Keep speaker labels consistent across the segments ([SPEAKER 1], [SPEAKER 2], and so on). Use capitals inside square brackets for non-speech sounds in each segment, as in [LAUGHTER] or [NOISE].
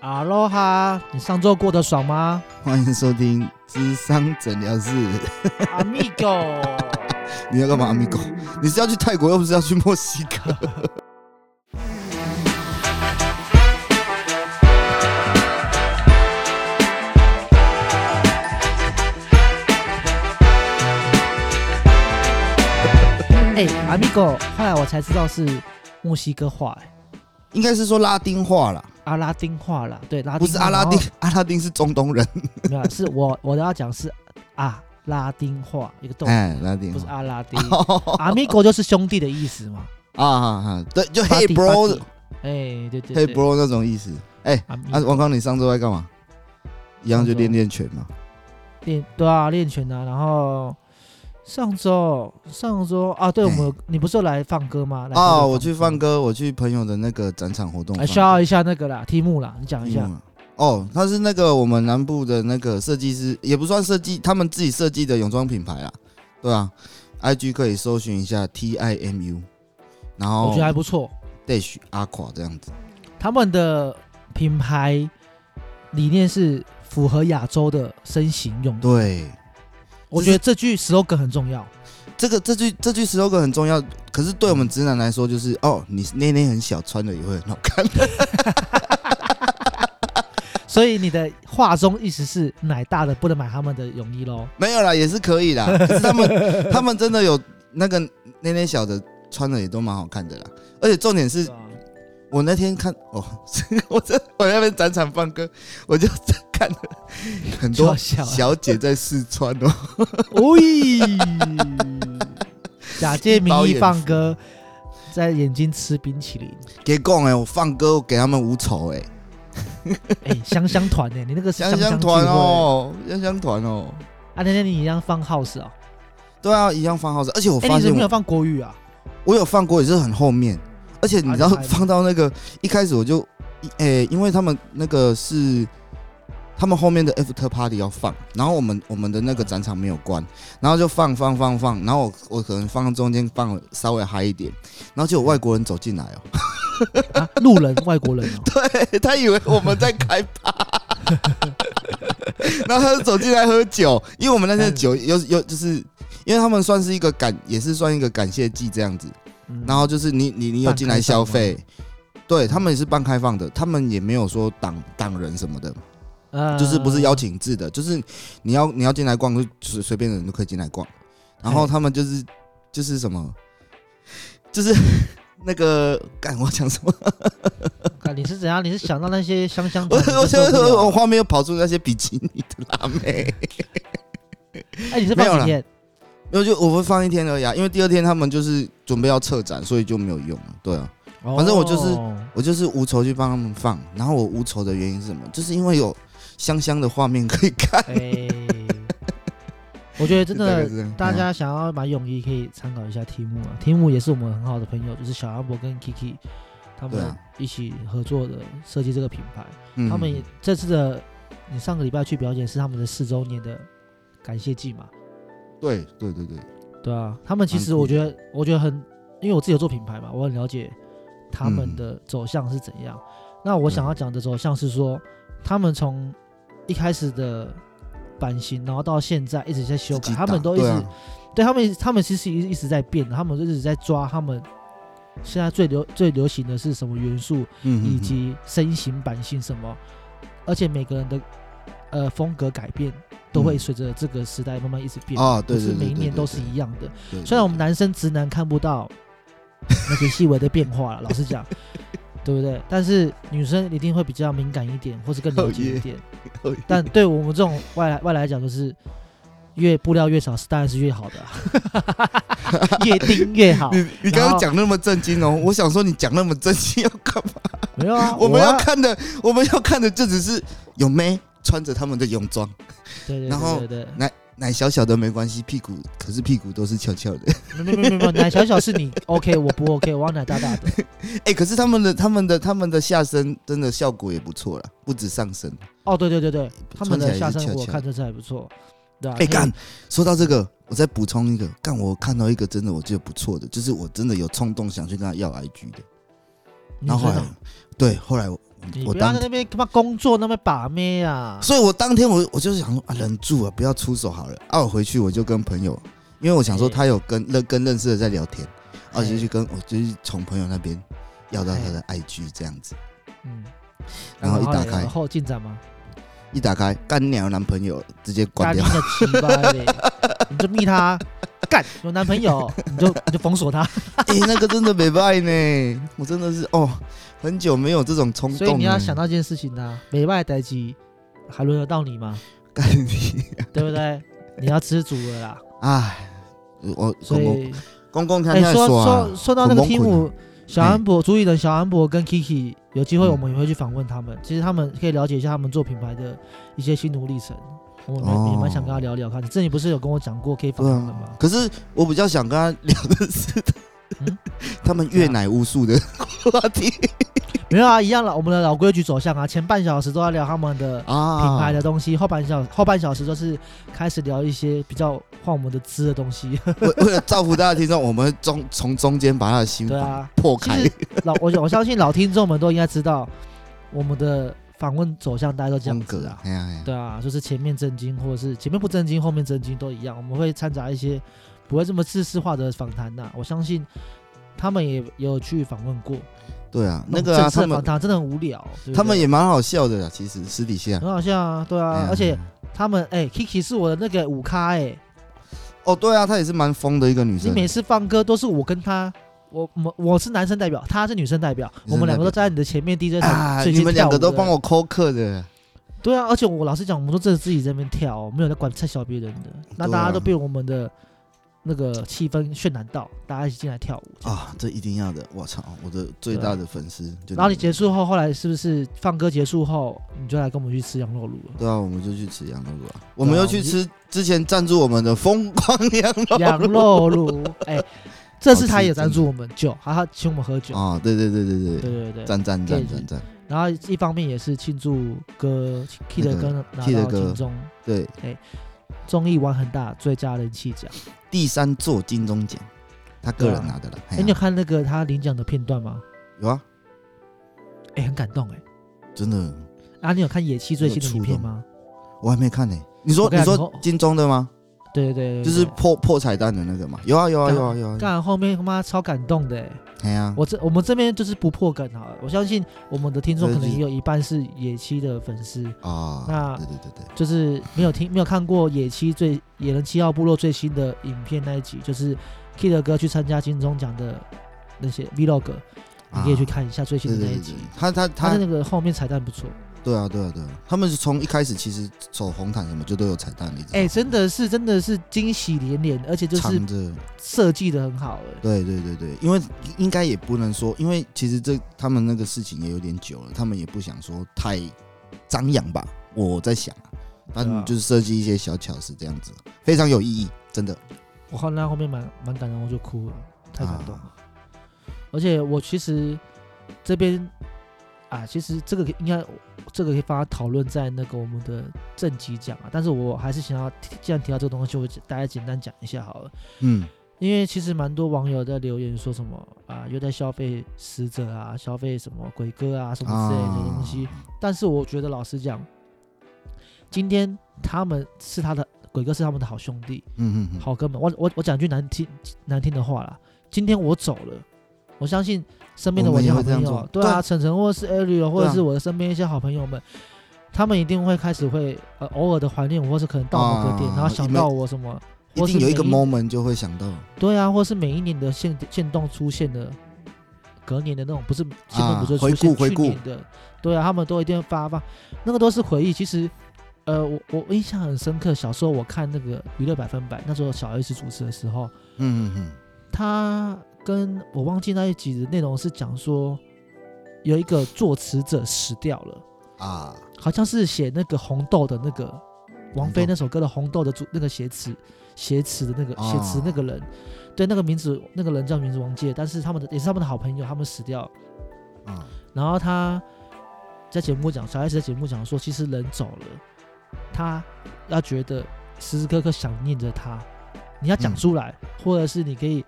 [SPEAKER 1] 阿罗哈，你上周过得爽吗
[SPEAKER 2] 欢迎收听《智商诊疗室》。 [LAUGHS]
[SPEAKER 1] ？Amigo，
[SPEAKER 2] 你要干嘛，米狗？你是要去泰国，又不是要去墨西哥？
[SPEAKER 1] [LAUGHS] 哎、a m i g o 后来我才知道是墨西哥话、哎，
[SPEAKER 2] [LAUGHS] 应该是说拉丁话啦，
[SPEAKER 1] 阿拉丁话啦，对，拉丁
[SPEAKER 2] 不是阿拉丁哦
[SPEAKER 1] 然后，
[SPEAKER 2] [LAUGHS] 阿拉丁是中东 [LAUGHS] 人。
[SPEAKER 1] 没有，是我我要讲是啊拉丁话一个动，
[SPEAKER 2] 哎，拉丁
[SPEAKER 1] 不是
[SPEAKER 2] 话。
[SPEAKER 1] 阿拉丁
[SPEAKER 2] 啊 [LAUGHS]
[SPEAKER 1] ，Amigo 就是兄弟的意思嘛。
[SPEAKER 2] 啊啊！对，就 [LAUGHS] Hey
[SPEAKER 1] Buddy，
[SPEAKER 2] bro，Hey
[SPEAKER 1] Buddy 哎、对对对
[SPEAKER 2] bro 那种意思。哎，啊，
[SPEAKER 1] Amigo
[SPEAKER 2] 王刚，你上周在干嘛？一样就
[SPEAKER 1] 上周
[SPEAKER 2] 练练拳嘛。
[SPEAKER 1] 练对啊，练拳啊，然后上周上周啊，对我们有你不是有来放歌吗？来
[SPEAKER 2] 哎哦，我去放
[SPEAKER 1] 歌，
[SPEAKER 2] 歌，我去朋友的那个展场活动
[SPEAKER 1] 来
[SPEAKER 2] 放歌。
[SPEAKER 1] 消耗一下那个啦，题目啦，你讲一下
[SPEAKER 2] 嗯。哦，他是那个我们南部的那个设计师，也不算设计，他们自己设计的泳装品牌啦，对啊，IG 可以搜寻一下 T I M U，然
[SPEAKER 1] 我
[SPEAKER 2] 后
[SPEAKER 1] 觉得还不错。
[SPEAKER 2] Dash 阿垮这样子，
[SPEAKER 1] 他们的品牌理念是符合亚洲的身形用的，
[SPEAKER 2] 对，
[SPEAKER 1] 我觉得这句 slogan 很重要。
[SPEAKER 2] 这个这句这句 slogan 很重要，可是对我们直男来说就是哦，你内内很小，穿了也会很好看， [LAUGHS]
[SPEAKER 1] 所以你的话中意思是奶大的不能买他们的泳衣喽？
[SPEAKER 2] 没有啦，也是可以啦，可是他们 [LAUGHS] 他们真的有那个内内小的穿了也都蛮好看的啦，而且重点是我那天看哦， [LAUGHS] 我这我在那边展场放歌，我就看了很多
[SPEAKER 1] 多笑啊，
[SPEAKER 2] 小姐在试穿哦， [LAUGHS]
[SPEAKER 1] 喂，假借名义放歌，在眼睛吃冰淇淋，
[SPEAKER 2] 给讲哎，我放歌我给他们无酬哎、
[SPEAKER 1] 哎、香香团哎、你那个是
[SPEAKER 2] 香
[SPEAKER 1] 香
[SPEAKER 2] 香团哦，香香团哦，
[SPEAKER 1] 聚会，啊，那天你一样放 house 哦，
[SPEAKER 2] 对啊，一样放好子，而且我
[SPEAKER 1] 哎、
[SPEAKER 2] 发
[SPEAKER 1] 你怎
[SPEAKER 2] 现
[SPEAKER 1] 么没
[SPEAKER 2] 我,、
[SPEAKER 1] 有放国语啊？
[SPEAKER 2] 我有放过，也是很后面，而且你知道
[SPEAKER 1] 啊你还
[SPEAKER 2] 放到那个一开始我就一哎、因为他们那个是。他们后面的 after party 要放，然后我们我们的那个展场没有关，然后就放放放放，然后我我可能放到中间放了稍微嗨一点，然后就有外国人走进来哦， [LAUGHS]
[SPEAKER 1] 啊，路人外国人哦，
[SPEAKER 2] 对他以为我们在开趴， [LAUGHS] 然后他就走进来喝酒，因为我们那天的酒又又就是，因为他们算是一个感，也是算一个感谢祭这样子。
[SPEAKER 1] 嗯
[SPEAKER 2] [LAUGHS] 然后就是你你你有进来消费，对他们也是半开放的，他们也没有说挡挡人什么的，
[SPEAKER 1] 呃
[SPEAKER 2] 就是不是邀请制的，就是你要你要进来逛，就随随便的人都可以进来逛。然后他们就是就是什么，就是 [LAUGHS] 那个干我讲什么？
[SPEAKER 1] 啊，你是怎样？你是想到那些香香
[SPEAKER 2] 我
[SPEAKER 1] 团？
[SPEAKER 2] 我
[SPEAKER 1] 你就受不了
[SPEAKER 2] 我我画面又跑出那些比基尼的辣妹，
[SPEAKER 1] 哎，你是放几天？
[SPEAKER 2] 因为就我会放一天而已、啊，因为第二天他们就是准备要撤展，所以就没有用了。对啊，反正我就是
[SPEAKER 1] 哦
[SPEAKER 2] 我就是无仇去帮他们放，然后我无仇的原因是什么？就是因为有香香的画面可以看，
[SPEAKER 1] 哎，我觉得 [LAUGHS] 真
[SPEAKER 2] [LAUGHS] 大概
[SPEAKER 1] 的
[SPEAKER 2] 是嗯这样
[SPEAKER 1] 大家想要买泳衣可以参考一下 t 木啊 t 木也是我们很好的朋友，就是小阿伯跟 Kiki 他
[SPEAKER 2] 对
[SPEAKER 1] 们
[SPEAKER 2] 啊
[SPEAKER 1] 一起合作的设计这个品牌。
[SPEAKER 2] 嗯
[SPEAKER 1] 他们也这次的，你上个礼拜去表演是他们的四周年的感谢季嘛？
[SPEAKER 2] 对对对对，
[SPEAKER 1] 对啊，他们其实
[SPEAKER 2] 蛮酷
[SPEAKER 1] 我
[SPEAKER 2] 的嗯
[SPEAKER 1] 觉得，我觉得很，因为我自己有做品牌嘛，我很了解他们的走向是怎样。那我想要讲的走向是说，他们从一开始的版型，然后到现在一直在修改，
[SPEAKER 2] 自己
[SPEAKER 1] 他们
[SPEAKER 2] 打
[SPEAKER 1] 都一直
[SPEAKER 2] 对
[SPEAKER 1] 对,、
[SPEAKER 2] 啊
[SPEAKER 1] 他们，他们其实一一直在变的，他们就一直在抓他们现在最流最流行的是什么元素，
[SPEAKER 2] 嗯
[SPEAKER 1] 以及身形版型什么，而且每个人的呃风格改变都会
[SPEAKER 2] 嗯
[SPEAKER 1] 随着这个时代慢慢一直变。
[SPEAKER 2] 哦，对
[SPEAKER 1] 不
[SPEAKER 2] 对
[SPEAKER 1] 是
[SPEAKER 2] 对，
[SPEAKER 1] 每一
[SPEAKER 2] 对
[SPEAKER 1] 年
[SPEAKER 2] 对
[SPEAKER 1] 都是
[SPEAKER 2] 对
[SPEAKER 1] 一样的，
[SPEAKER 2] 对对
[SPEAKER 1] 虽然我们
[SPEAKER 2] [LAUGHS] 对
[SPEAKER 1] 男生直男看不到那些细微的变
[SPEAKER 2] [LAUGHS]
[SPEAKER 1] 化了，老实讲，对不对？但是女生一定会比较敏感一点，或是更了解一点。
[SPEAKER 2] 哦耶
[SPEAKER 1] 但对我们这种外来外来讲，就是越布料越少，是当然是越好的
[SPEAKER 2] [LAUGHS]
[SPEAKER 1] 啊、越盯越好。
[SPEAKER 2] [LAUGHS] 你你
[SPEAKER 1] 然
[SPEAKER 2] 刚
[SPEAKER 1] 后
[SPEAKER 2] 刚讲那么
[SPEAKER 1] [LAUGHS]
[SPEAKER 2] 震惊哦，我想说你讲那么震惊要干嘛？
[SPEAKER 1] 没有啊，
[SPEAKER 2] 我们
[SPEAKER 1] 啊
[SPEAKER 2] 要看的，我们要看的就只是有妹穿着他们的泳装，
[SPEAKER 1] 对对
[SPEAKER 2] 然后
[SPEAKER 1] 对对对
[SPEAKER 2] 奶小小的没关系，屁股可是屁股都是翘翘的。 [LAUGHS]
[SPEAKER 1] 没没没没没，奶小小是你 OK，我不 OK，我要奶大大
[SPEAKER 2] [LAUGHS]
[SPEAKER 1] 的。
[SPEAKER 2] 哎、可是他们的他们的他们的下身真的效果也不错啦，不止上身。
[SPEAKER 1] 哦，对对对对，他们的下
[SPEAKER 2] 穿起来
[SPEAKER 1] 身
[SPEAKER 2] 也是翘
[SPEAKER 1] 我
[SPEAKER 2] 翘
[SPEAKER 1] 看这次还不错，对啊，
[SPEAKER 2] 哎、干，说到这个，我再补充一个，干，我看到一个真的我觉得不错的，就是我真的有冲动想去跟他要 IG 的，
[SPEAKER 1] 女生
[SPEAKER 2] 然后后来
[SPEAKER 1] 啊，
[SPEAKER 2] 对，后来我我
[SPEAKER 1] 你
[SPEAKER 2] 我
[SPEAKER 1] 不要
[SPEAKER 2] 当
[SPEAKER 1] 在那边他妈工作那边把妹啊！
[SPEAKER 2] 所以我当天我我就是想说啊，忍住啊，不要出手好了。啊，我回去我就跟朋友，因为我想说
[SPEAKER 1] 嘿
[SPEAKER 2] 他有跟认跟认识的在聊天，啊，我
[SPEAKER 1] 嘿
[SPEAKER 2] 就去跟我就是从朋友那边要到他的 IG 这样子，
[SPEAKER 1] 嗯，
[SPEAKER 2] 然后一打
[SPEAKER 1] 嘞
[SPEAKER 2] 开
[SPEAKER 1] 然后进展吗？
[SPEAKER 2] 一打开干娘男朋友直接关
[SPEAKER 1] 干你
[SPEAKER 2] 掉，
[SPEAKER 1] 的鸡巴
[SPEAKER 2] [LAUGHS]
[SPEAKER 1] 嘞！你就密他，干有男朋友你就你就封锁他，
[SPEAKER 2] 哎、那个真的没败呢，我真的是哦，很久没有这种冲动
[SPEAKER 1] 所
[SPEAKER 2] 了，
[SPEAKER 1] 以你要想到一件事情呐、啊，美败待机还轮得到你
[SPEAKER 2] [LAUGHS]
[SPEAKER 1] 吗？
[SPEAKER 2] 干你，
[SPEAKER 1] 对不对？你要知足了啦。
[SPEAKER 2] 哎，我
[SPEAKER 1] 所
[SPEAKER 2] 公公
[SPEAKER 1] 以，
[SPEAKER 2] 公公看
[SPEAKER 1] 哎、
[SPEAKER 2] 看
[SPEAKER 1] 说
[SPEAKER 2] 啊
[SPEAKER 1] 说说到那个
[SPEAKER 2] 捆绑
[SPEAKER 1] team，
[SPEAKER 2] 捆
[SPEAKER 1] 五小安
[SPEAKER 2] 哎
[SPEAKER 1] 博、主理人小安博跟 Kiki，有
[SPEAKER 2] 嗯
[SPEAKER 1] 机会我们也会去访问他们。其实他们可以了解一下他们做品牌的一些心路历程。我们
[SPEAKER 2] 哦
[SPEAKER 1] 也蛮想跟他聊聊看。你之前不是有跟我讲过可以访
[SPEAKER 2] 对
[SPEAKER 1] 问他们
[SPEAKER 2] 啊
[SPEAKER 1] 吗，？
[SPEAKER 2] 可是我比较想跟他聊的是他
[SPEAKER 1] 嗯
[SPEAKER 2] [LAUGHS] 他们越奶无数的话题
[SPEAKER 1] 没有啊，一样了。我们的老规矩走向啊，前半小时都在聊他们的
[SPEAKER 2] 啊
[SPEAKER 1] 品牌的东西，后半小后半小时就是开始聊一些比较换我们的资的东西。
[SPEAKER 2] 为为了造福大家听众，我们中从中间把他的
[SPEAKER 1] [LAUGHS]
[SPEAKER 2] 心
[SPEAKER 1] 对
[SPEAKER 2] 房
[SPEAKER 1] 啊，
[SPEAKER 2] 破
[SPEAKER 1] 其
[SPEAKER 2] 开
[SPEAKER 1] 实。老我我相信老听众们都应该知道，我们的访问走向大家都这
[SPEAKER 2] 风
[SPEAKER 1] 样子
[SPEAKER 2] 格
[SPEAKER 1] 啊，。
[SPEAKER 2] 哎呀哎呀，
[SPEAKER 1] 对啊，就是前面震惊，或者是前面不震惊，后面震惊都一样。我们会掺杂一些不会这么自私化的访谈呐、我相信他们也有去访问过
[SPEAKER 2] 对啊，
[SPEAKER 1] 种
[SPEAKER 2] 那个啊，
[SPEAKER 1] 正式
[SPEAKER 2] 他
[SPEAKER 1] 的访
[SPEAKER 2] 们
[SPEAKER 1] 谈真的很无聊，对不对
[SPEAKER 2] 他们也蛮好笑的啦，其实私底下。
[SPEAKER 1] 很好笑啊，对
[SPEAKER 2] 哎
[SPEAKER 1] 啊
[SPEAKER 2] 呀，
[SPEAKER 1] 而且他们哎、k i k i 是我的那个舞咖哎、
[SPEAKER 2] 哦，对啊，她也是蛮疯的一个女
[SPEAKER 1] 你
[SPEAKER 2] 生。
[SPEAKER 1] 每次放歌都是我跟他，我我我是男生代表，他是女生代表，
[SPEAKER 2] 女生代表
[SPEAKER 1] 我们两个都站在你的前面 DJ
[SPEAKER 2] 啊，
[SPEAKER 1] 台，
[SPEAKER 2] 你们两个都帮。我抠客的，
[SPEAKER 1] 对啊，而且我老实讲，我们都真的自己在那边跳，没有在管太小别人的，那
[SPEAKER 2] 对啊
[SPEAKER 1] 大家都被我们的那个气氛渲染到，大家一起进来跳舞。
[SPEAKER 2] 啊，这一定要的！我操，我的最大的粉丝就
[SPEAKER 1] 啊然后你
[SPEAKER 2] 们
[SPEAKER 1] 结束后，后来是不是放歌结束后，你就来跟我们去吃羊肉炉了？
[SPEAKER 2] 对啊，我们就去吃羊肉炉啊，我们又去
[SPEAKER 1] 我们
[SPEAKER 2] 吃之前赞助我们的疯
[SPEAKER 1] [LAUGHS]
[SPEAKER 2] 狂 [LAUGHS] 羊肉
[SPEAKER 1] 羊肉炉，哎、这次他也赞助我们酒，还他请我们喝酒。
[SPEAKER 2] 啊，对对对对
[SPEAKER 1] 对
[SPEAKER 2] 对，
[SPEAKER 1] 对对，
[SPEAKER 2] 赞赞赞
[SPEAKER 1] 对
[SPEAKER 2] 赞赞，
[SPEAKER 1] 然后一方面也是庆祝歌 Kid
[SPEAKER 2] 那个
[SPEAKER 1] 哥拿
[SPEAKER 2] Kid
[SPEAKER 1] 到
[SPEAKER 2] 哥
[SPEAKER 1] 金钟
[SPEAKER 2] 对，
[SPEAKER 1] 综艺玩很大最佳人气奖。
[SPEAKER 2] 第三座金钟奖，他个
[SPEAKER 1] 对
[SPEAKER 2] 人
[SPEAKER 1] 啊
[SPEAKER 2] 拿的了，
[SPEAKER 1] 哎、
[SPEAKER 2] 嘿啊
[SPEAKER 1] 你有看那个他领奖的片段吗？
[SPEAKER 2] 有啊，
[SPEAKER 1] 哎、很感动
[SPEAKER 2] 欸
[SPEAKER 1] 哎、
[SPEAKER 2] 真的，
[SPEAKER 1] 啊，你有看野七最新的影片吗？
[SPEAKER 2] 我还没看呢。你说
[SPEAKER 1] 我跟
[SPEAKER 2] 你
[SPEAKER 1] 你
[SPEAKER 2] 说
[SPEAKER 1] 说
[SPEAKER 2] 金钟的吗？
[SPEAKER 1] 对对对对，
[SPEAKER 2] 就
[SPEAKER 1] 对
[SPEAKER 2] 是破破彩蛋的那个嘛？有啊有啊
[SPEAKER 1] 干
[SPEAKER 2] 有啊有啊，
[SPEAKER 1] 干后面他妈超感动的、哎
[SPEAKER 2] 哎呀，
[SPEAKER 1] 我这我们这边就是不破梗好了，我相信我们的听众
[SPEAKER 2] 对
[SPEAKER 1] 可能
[SPEAKER 2] 就是
[SPEAKER 1] 也有一半是野七的粉丝，
[SPEAKER 2] 啊，
[SPEAKER 1] 那
[SPEAKER 2] 对对对对，
[SPEAKER 1] 就是没有听没有看过野七最野人七号部落最新的影片那一集，就是 Kid 哥去参加金钟奖的那些 Vlog，你可以去
[SPEAKER 2] 啊
[SPEAKER 1] 看一下最新
[SPEAKER 2] 对
[SPEAKER 1] 的
[SPEAKER 2] 对
[SPEAKER 1] 那一
[SPEAKER 2] 对
[SPEAKER 1] 集
[SPEAKER 2] 对。，他他
[SPEAKER 1] 他的
[SPEAKER 2] 他，
[SPEAKER 1] 那个后面彩蛋不错，
[SPEAKER 2] 对啊对啊对啊，他们是从一开始其实走红毯什么就都有彩蛋的，一直
[SPEAKER 1] 哎、真的是真的是惊喜连连，而且就是
[SPEAKER 2] 藏着。
[SPEAKER 1] 设计的很好、哎，
[SPEAKER 2] 对对对对，因为应该也不能说，因为其实这他们那个事情也有点久了，他们也不想说太张扬吧。我在想啊，
[SPEAKER 1] 对啊
[SPEAKER 2] 但就是设计一些小巧思这样子，非常有意义，真的。
[SPEAKER 1] 我看到后面蛮蛮感动，我就哭了，太感动了。
[SPEAKER 2] 啊
[SPEAKER 1] 而且我其实这边啊，其实这个应该这个可以把它讨论在那个我们的正集讲啊，但是我还是想要提既然提到这个东西，我大家简单讲一下好了。
[SPEAKER 2] 嗯，
[SPEAKER 1] 因为其实蛮多网友在留言说什么啊，又在消费死者啊，消费什么鬼哥啊什么之类的东西。
[SPEAKER 2] 啊
[SPEAKER 1] 但是我觉得老实讲，今天他们是他的鬼哥是他们的好兄弟，
[SPEAKER 2] 嗯嗯嗯，
[SPEAKER 1] 好哥们。我我我讲句难听难听的话啦，今天我走了，我相信身边的
[SPEAKER 2] 我
[SPEAKER 1] 我
[SPEAKER 2] 们
[SPEAKER 1] 一些
[SPEAKER 2] 也
[SPEAKER 1] 好
[SPEAKER 2] 会这样
[SPEAKER 1] 朋
[SPEAKER 2] 做
[SPEAKER 1] 友，对
[SPEAKER 2] 对
[SPEAKER 1] 啊，
[SPEAKER 2] 啊
[SPEAKER 1] 晨晨或是 Ariel 或者
[SPEAKER 2] 对啊
[SPEAKER 1] 是我的身边一些好朋友们。他们一定会开始会呃偶尔的怀念我，或是可能到某个点，
[SPEAKER 2] 啊
[SPEAKER 1] 然后想
[SPEAKER 2] 因为
[SPEAKER 1] 到我什么，
[SPEAKER 2] 一
[SPEAKER 1] 我
[SPEAKER 2] 定
[SPEAKER 1] 是
[SPEAKER 2] 有一个
[SPEAKER 1] 每一
[SPEAKER 2] moment 就会想到
[SPEAKER 1] 对啊，或是每一年的限限动出现的，隔年的那种不是限动
[SPEAKER 2] 啊
[SPEAKER 1] 不是
[SPEAKER 2] 回
[SPEAKER 1] 出现
[SPEAKER 2] 顾回
[SPEAKER 1] 去
[SPEAKER 2] 顾
[SPEAKER 1] 年的，对啊，他们都一定会发吧，那个都是回忆。其实，呃，我我印象很深刻，小时候我看那个娱乐百分百，那时候小 S 主持的时候，
[SPEAKER 2] 嗯嗯嗯，
[SPEAKER 1] 他跟我忘记那一集的内容是讲说，有一个作词者死掉了，
[SPEAKER 2] 啊，
[SPEAKER 1] 好像是写那个红豆的那个王菲那首歌的红豆的主那个写词写词的那个
[SPEAKER 2] 哦
[SPEAKER 1] 写词那个人，对那个名字那个人叫名字忘记了，但是他们的也是他们的好朋友，他们死掉，
[SPEAKER 2] 啊，
[SPEAKER 1] 然后他在节目讲小 S 在节目讲说，其实人走了，他要觉得时时刻刻想念着他，你要讲
[SPEAKER 2] 嗯
[SPEAKER 1] 出来，或者是你可以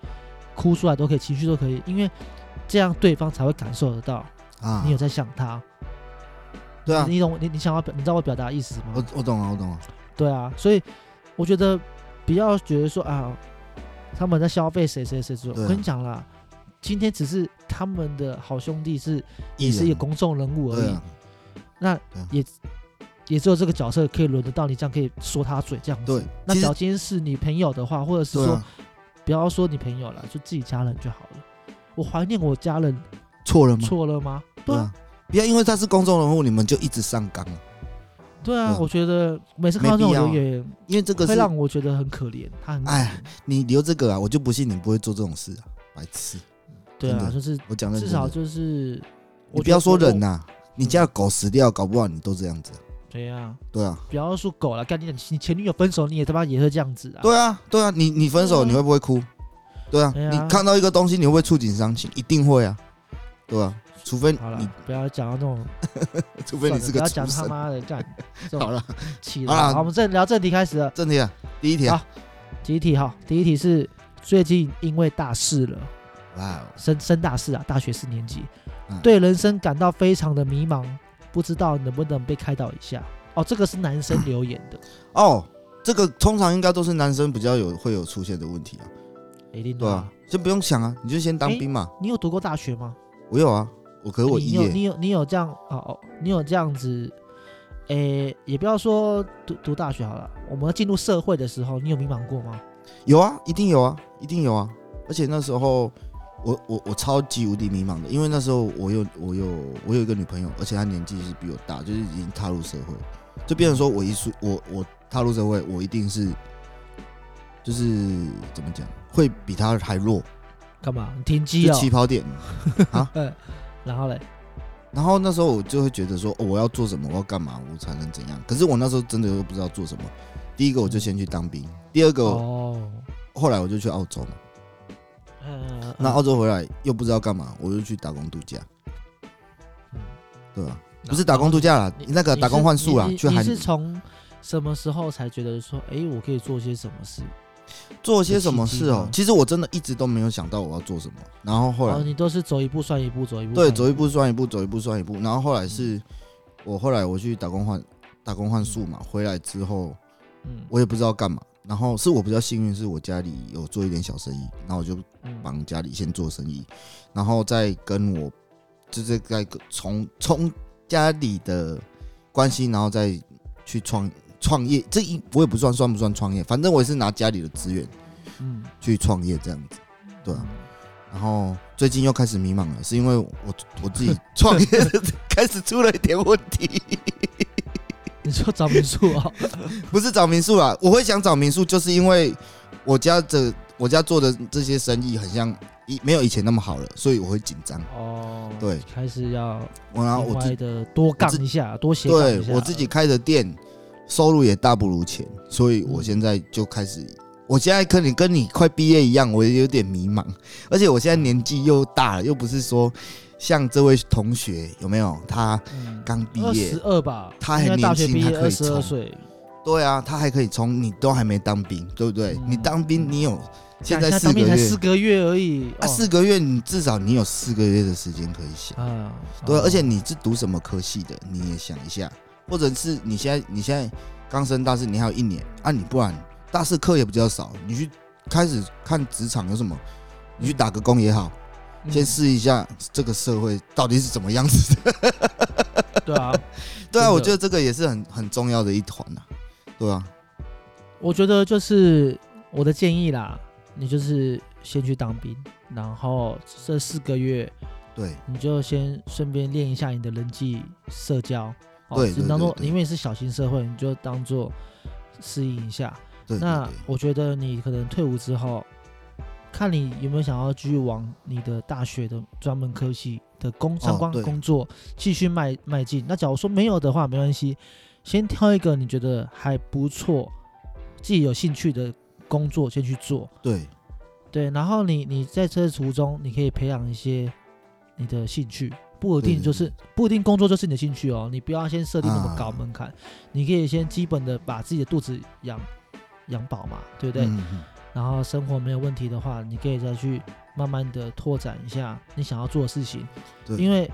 [SPEAKER 1] 哭出来都可以，情绪都可以，因为这样对方才会感受得到
[SPEAKER 2] 啊
[SPEAKER 1] 你有在想他。
[SPEAKER 2] 对啊
[SPEAKER 1] 你，你懂你你想要表，你知道我表达的意思吗？
[SPEAKER 2] 我我懂啊，我懂啊，
[SPEAKER 1] 对啊，所以我觉得不要觉得说啊，他们在消费谁谁谁谁。
[SPEAKER 2] 对啊
[SPEAKER 1] 我跟你讲啦，今天只是他们的好兄弟是
[SPEAKER 2] 艺
[SPEAKER 1] 也是一个
[SPEAKER 2] 人
[SPEAKER 1] 公众人物而
[SPEAKER 2] 对
[SPEAKER 1] 已
[SPEAKER 2] 啊，，
[SPEAKER 1] 那
[SPEAKER 2] 对啊
[SPEAKER 1] 也也只有这个角色可以轮得到你，这样可以说他嘴这样子。
[SPEAKER 2] 对，
[SPEAKER 1] 那
[SPEAKER 2] 其
[SPEAKER 1] 只
[SPEAKER 2] 实
[SPEAKER 1] 要今天是你朋友的话，或者是
[SPEAKER 2] 对
[SPEAKER 1] 说
[SPEAKER 2] 啊，
[SPEAKER 1] 不要说你朋友了，就自己家人就好了。我怀念我家人，
[SPEAKER 2] 错了吗？
[SPEAKER 1] 错了吗？对
[SPEAKER 2] 对
[SPEAKER 1] 啊，
[SPEAKER 2] 啊，不要因为他是公众人物，你们就一直上纲了，
[SPEAKER 1] 对啊，
[SPEAKER 2] 嗯
[SPEAKER 1] 我觉得每次看到这
[SPEAKER 2] 没
[SPEAKER 1] 种
[SPEAKER 2] 必要
[SPEAKER 1] 留言，
[SPEAKER 2] 因为这个
[SPEAKER 1] 会
[SPEAKER 2] 是
[SPEAKER 1] 让我觉得很可怜，他很可
[SPEAKER 2] 哎
[SPEAKER 1] 怜，
[SPEAKER 2] 你留这个啊，我就不信你不会做这种事啊，白痴！
[SPEAKER 1] 对
[SPEAKER 2] 真
[SPEAKER 1] 啊，
[SPEAKER 2] 的
[SPEAKER 1] 就是
[SPEAKER 2] 我讲认
[SPEAKER 1] 至
[SPEAKER 2] 真
[SPEAKER 1] 少
[SPEAKER 2] 的，
[SPEAKER 1] 就是，我
[SPEAKER 2] 你不要说人
[SPEAKER 1] 呐，
[SPEAKER 2] 呐、你家的狗死掉，搞不好你都这样子啊、
[SPEAKER 1] 对啊，
[SPEAKER 2] 对啊，
[SPEAKER 1] 不要说狗了，干你你前女友分手，你也他妈也会这样子啊，
[SPEAKER 2] 对啊，对啊，你你分
[SPEAKER 1] 对
[SPEAKER 2] 手
[SPEAKER 1] 啊
[SPEAKER 2] 你会不会哭？对啊，
[SPEAKER 1] 对啊
[SPEAKER 2] 你看到一个东西你会不会触景伤情？一定会啊，对吧、除非
[SPEAKER 1] 好了
[SPEAKER 2] 你，
[SPEAKER 1] 不要讲到那种，
[SPEAKER 2] 除非你是
[SPEAKER 1] 算了不
[SPEAKER 2] 个
[SPEAKER 1] 要
[SPEAKER 2] 畜
[SPEAKER 1] 讲他
[SPEAKER 2] 生。
[SPEAKER 1] 妈的干，这
[SPEAKER 2] 好
[SPEAKER 1] 种
[SPEAKER 2] 了，
[SPEAKER 1] 气
[SPEAKER 2] 好啦
[SPEAKER 1] 了。好，我们正聊正题开始了。
[SPEAKER 2] 正题啊，第一题啊，
[SPEAKER 1] 第一题哈，第一题是最近因为大四了，
[SPEAKER 2] 哇哦，
[SPEAKER 1] 升升大四啊，大学四年级
[SPEAKER 2] 嗯，
[SPEAKER 1] 对人生感到非常的迷茫，不知道能不能被开导一下。哦，这个是男生留言
[SPEAKER 2] [COUGHS]
[SPEAKER 1] 的，
[SPEAKER 2] 哦，这个通常应该都是男生比较有会有出现的问题啊，
[SPEAKER 1] 一定
[SPEAKER 2] 对
[SPEAKER 1] 的啊。，
[SPEAKER 2] 啊先不用想啊，你就先当
[SPEAKER 1] 哎
[SPEAKER 2] 兵嘛。
[SPEAKER 1] 你有读过大学吗？
[SPEAKER 2] 我有啊，我可是我
[SPEAKER 1] 你
[SPEAKER 2] 一
[SPEAKER 1] 你有
[SPEAKER 2] 夜
[SPEAKER 1] 你有你有这样哦哦，你有这样子，诶、也不要说读读大学好了，我们进入社会的时候，你有迷茫过吗？
[SPEAKER 2] 有啊，一定有啊，一定有啊。而且那时候我我我超级无敌迷茫的，因为那时候我有我有我有一个女朋友，而且她年纪是比我大，就是已经踏入社会，就变成说我一出我我踏入社会，我一定是就是怎么讲，会比她还弱，
[SPEAKER 1] 干嘛？你停机
[SPEAKER 2] 就
[SPEAKER 1] 哦
[SPEAKER 2] 起。跑点。
[SPEAKER 1] 然后嘞，
[SPEAKER 2] 然后那时候我就会觉得说、哦我要做什么，我要干嘛，我才能怎样。可是我那时候真的又不知道做什么。第一个我就先去当兵，第二个、
[SPEAKER 1] 哦，
[SPEAKER 2] 后来我就去澳洲嘛。
[SPEAKER 1] 嗯，
[SPEAKER 2] 那澳洲回来又不知道干嘛，我就去打工度假，
[SPEAKER 1] 嗯
[SPEAKER 2] 对吧？
[SPEAKER 1] 那
[SPEAKER 2] 不是打工度假啦，那个
[SPEAKER 1] 你
[SPEAKER 2] 打工换宿啦
[SPEAKER 1] 你，你
[SPEAKER 2] 去
[SPEAKER 1] 你
[SPEAKER 2] 海
[SPEAKER 1] 是从什么时候才觉得说，哎、我可以做些什么事？
[SPEAKER 2] 做些什么
[SPEAKER 1] 有契
[SPEAKER 2] 事
[SPEAKER 1] 机
[SPEAKER 2] 哦
[SPEAKER 1] 吗。
[SPEAKER 2] 其实我真的一直都没有想到我要做什么，然后后
[SPEAKER 1] 哦，
[SPEAKER 2] 来
[SPEAKER 1] 你都是走一步算一步，走一步
[SPEAKER 2] 对
[SPEAKER 1] 算
[SPEAKER 2] 走一步算一步，走一步算一步，然后后来是
[SPEAKER 1] 嗯
[SPEAKER 2] 我后来我去打工换打工换宿嘛，回来之后
[SPEAKER 1] 嗯
[SPEAKER 2] 我也不知道干嘛。然后是我比较幸运，是我家里有做一点小生意，然后我就
[SPEAKER 1] 嗯，
[SPEAKER 2] 帮家里先做生意，然后再跟我就是在从从家里的关系，然后再去创创业。这一我也不算算不算创业，反正我也是拿家里的资源
[SPEAKER 1] 嗯，
[SPEAKER 2] 去创业这样子。对啊
[SPEAKER 1] 嗯，
[SPEAKER 2] 然后最近又开始迷茫了，是因为我我自己创业 [LAUGHS] 的开始出了一点问题，
[SPEAKER 1] 你说找民宿哦， [LAUGHS]
[SPEAKER 2] 不是找民宿啦，我会想找民宿，就是因为我家这我家做的这些生意很像以没有以前那么好了，所以我会紧张。
[SPEAKER 1] 哦，
[SPEAKER 2] 对
[SPEAKER 1] 开始要
[SPEAKER 2] 我然后
[SPEAKER 1] 另
[SPEAKER 2] 我自
[SPEAKER 1] 外的多杠
[SPEAKER 2] 自
[SPEAKER 1] 一下，多斜杠
[SPEAKER 2] 对
[SPEAKER 1] 一下
[SPEAKER 2] 我自己开的店，收入也大不如前，所以我
[SPEAKER 1] 嗯
[SPEAKER 2] 现在就开始，我现在跟你跟你快毕业一样，我也有点迷茫，而且我现在年纪又大了，又不是说像这位同学有没有？他
[SPEAKER 1] 嗯
[SPEAKER 2] 刚毕
[SPEAKER 1] 二
[SPEAKER 2] 业
[SPEAKER 1] 十，二吧，
[SPEAKER 2] 他还
[SPEAKER 1] 应该大学
[SPEAKER 2] 年
[SPEAKER 1] 毕
[SPEAKER 2] 轻
[SPEAKER 1] 业
[SPEAKER 2] 还可
[SPEAKER 1] 二
[SPEAKER 2] 以
[SPEAKER 1] 十
[SPEAKER 2] 冲
[SPEAKER 1] 二岁，
[SPEAKER 2] 对啊，他还可以冲，你都还没当兵，对不对？
[SPEAKER 1] 嗯
[SPEAKER 2] 你当
[SPEAKER 1] 嗯
[SPEAKER 2] 兵你有现
[SPEAKER 1] 干
[SPEAKER 2] 在
[SPEAKER 1] 一下
[SPEAKER 2] 四
[SPEAKER 1] 当
[SPEAKER 2] 个
[SPEAKER 1] 兵才，
[SPEAKER 2] 月
[SPEAKER 1] 四个月而已，哦
[SPEAKER 2] 啊，四个月你至少你有四个月的时间可以想。
[SPEAKER 1] 啊，
[SPEAKER 2] 对，
[SPEAKER 1] 哦
[SPEAKER 2] 而且你是读什么科系的，你也想一下，或者是你现在你现在刚升大四，你还有一年啊，你不然大四课也比较少，你去开始看职场有什么，你去打个工也好，
[SPEAKER 1] 嗯
[SPEAKER 2] 先试一下这个社会到底是怎么样
[SPEAKER 1] [LAUGHS]
[SPEAKER 2] 子的。
[SPEAKER 1] 对
[SPEAKER 2] [LAUGHS]
[SPEAKER 1] 啊，
[SPEAKER 2] 对
[SPEAKER 1] 真
[SPEAKER 2] 啊，
[SPEAKER 1] 的
[SPEAKER 2] 我觉得这个也是很很重要的一团呐、对啊，
[SPEAKER 1] 我觉得就是我的建议啦，你就是先去当兵，然后这四个月
[SPEAKER 2] 对
[SPEAKER 1] 你就先顺便练一下你的人际社交，哦
[SPEAKER 2] 对
[SPEAKER 1] 就
[SPEAKER 2] 对
[SPEAKER 1] 当做
[SPEAKER 2] 对对
[SPEAKER 1] 因为是小型社会，你就当做适应一下。
[SPEAKER 2] 对对
[SPEAKER 1] 那
[SPEAKER 2] 对
[SPEAKER 1] 我觉得你可能退伍之后，看你有没有想要继续往你的大学的专门科系的工相关
[SPEAKER 2] 哦对
[SPEAKER 1] 工作继续迈迈进。那假如说没有的话，没关系，先挑一个你觉得还不错、自己有兴趣的工作先去做。
[SPEAKER 2] 对
[SPEAKER 1] 对，然后你你在这途中，你可以培养一些你的兴趣，不一
[SPEAKER 2] 对
[SPEAKER 1] 定
[SPEAKER 2] 对
[SPEAKER 1] 就是不一定工作就是你的兴趣哦，你不要先设定那么高
[SPEAKER 2] 啊
[SPEAKER 1] 门槛，你可以先基本的把自己的肚子养养饱嘛，对不对？
[SPEAKER 2] 嗯嗯
[SPEAKER 1] 然后生活没有问题的话，你可以再去慢慢的拓展一下你想要做的事情，
[SPEAKER 2] 对
[SPEAKER 1] 因为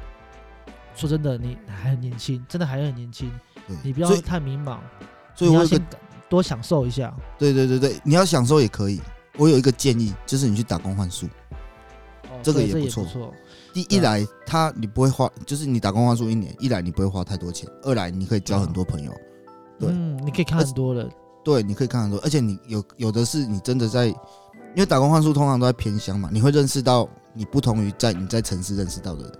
[SPEAKER 1] 说真的，你还很年轻，真的还很年轻，
[SPEAKER 2] 对
[SPEAKER 1] 你不要
[SPEAKER 2] 所以
[SPEAKER 1] 太迷茫，
[SPEAKER 2] 所
[SPEAKER 1] 你
[SPEAKER 2] 以我
[SPEAKER 1] 要
[SPEAKER 2] 有一个
[SPEAKER 1] 先多享受一下。
[SPEAKER 2] 对对对对，你要享受也可以。我有一个建议，就是你去打工换宿。
[SPEAKER 1] 哦
[SPEAKER 2] 这个
[SPEAKER 1] 对
[SPEAKER 2] 也
[SPEAKER 1] 这
[SPEAKER 2] 不
[SPEAKER 1] 也
[SPEAKER 2] 错
[SPEAKER 1] 错，
[SPEAKER 2] 第
[SPEAKER 1] 对
[SPEAKER 2] 一
[SPEAKER 1] 啊
[SPEAKER 2] 来，他你不会花，就是你打工换宿一年，一来你不会花太多钱，二来你可以交很多朋友，对
[SPEAKER 1] 嗯，你可以看
[SPEAKER 2] 而
[SPEAKER 1] 很多人，
[SPEAKER 2] 对，你可以看很多，而且你有有的是你真的在，因为打工换宿通常都在偏乡嘛，你会认识到你不同于在你在城市认识到的人，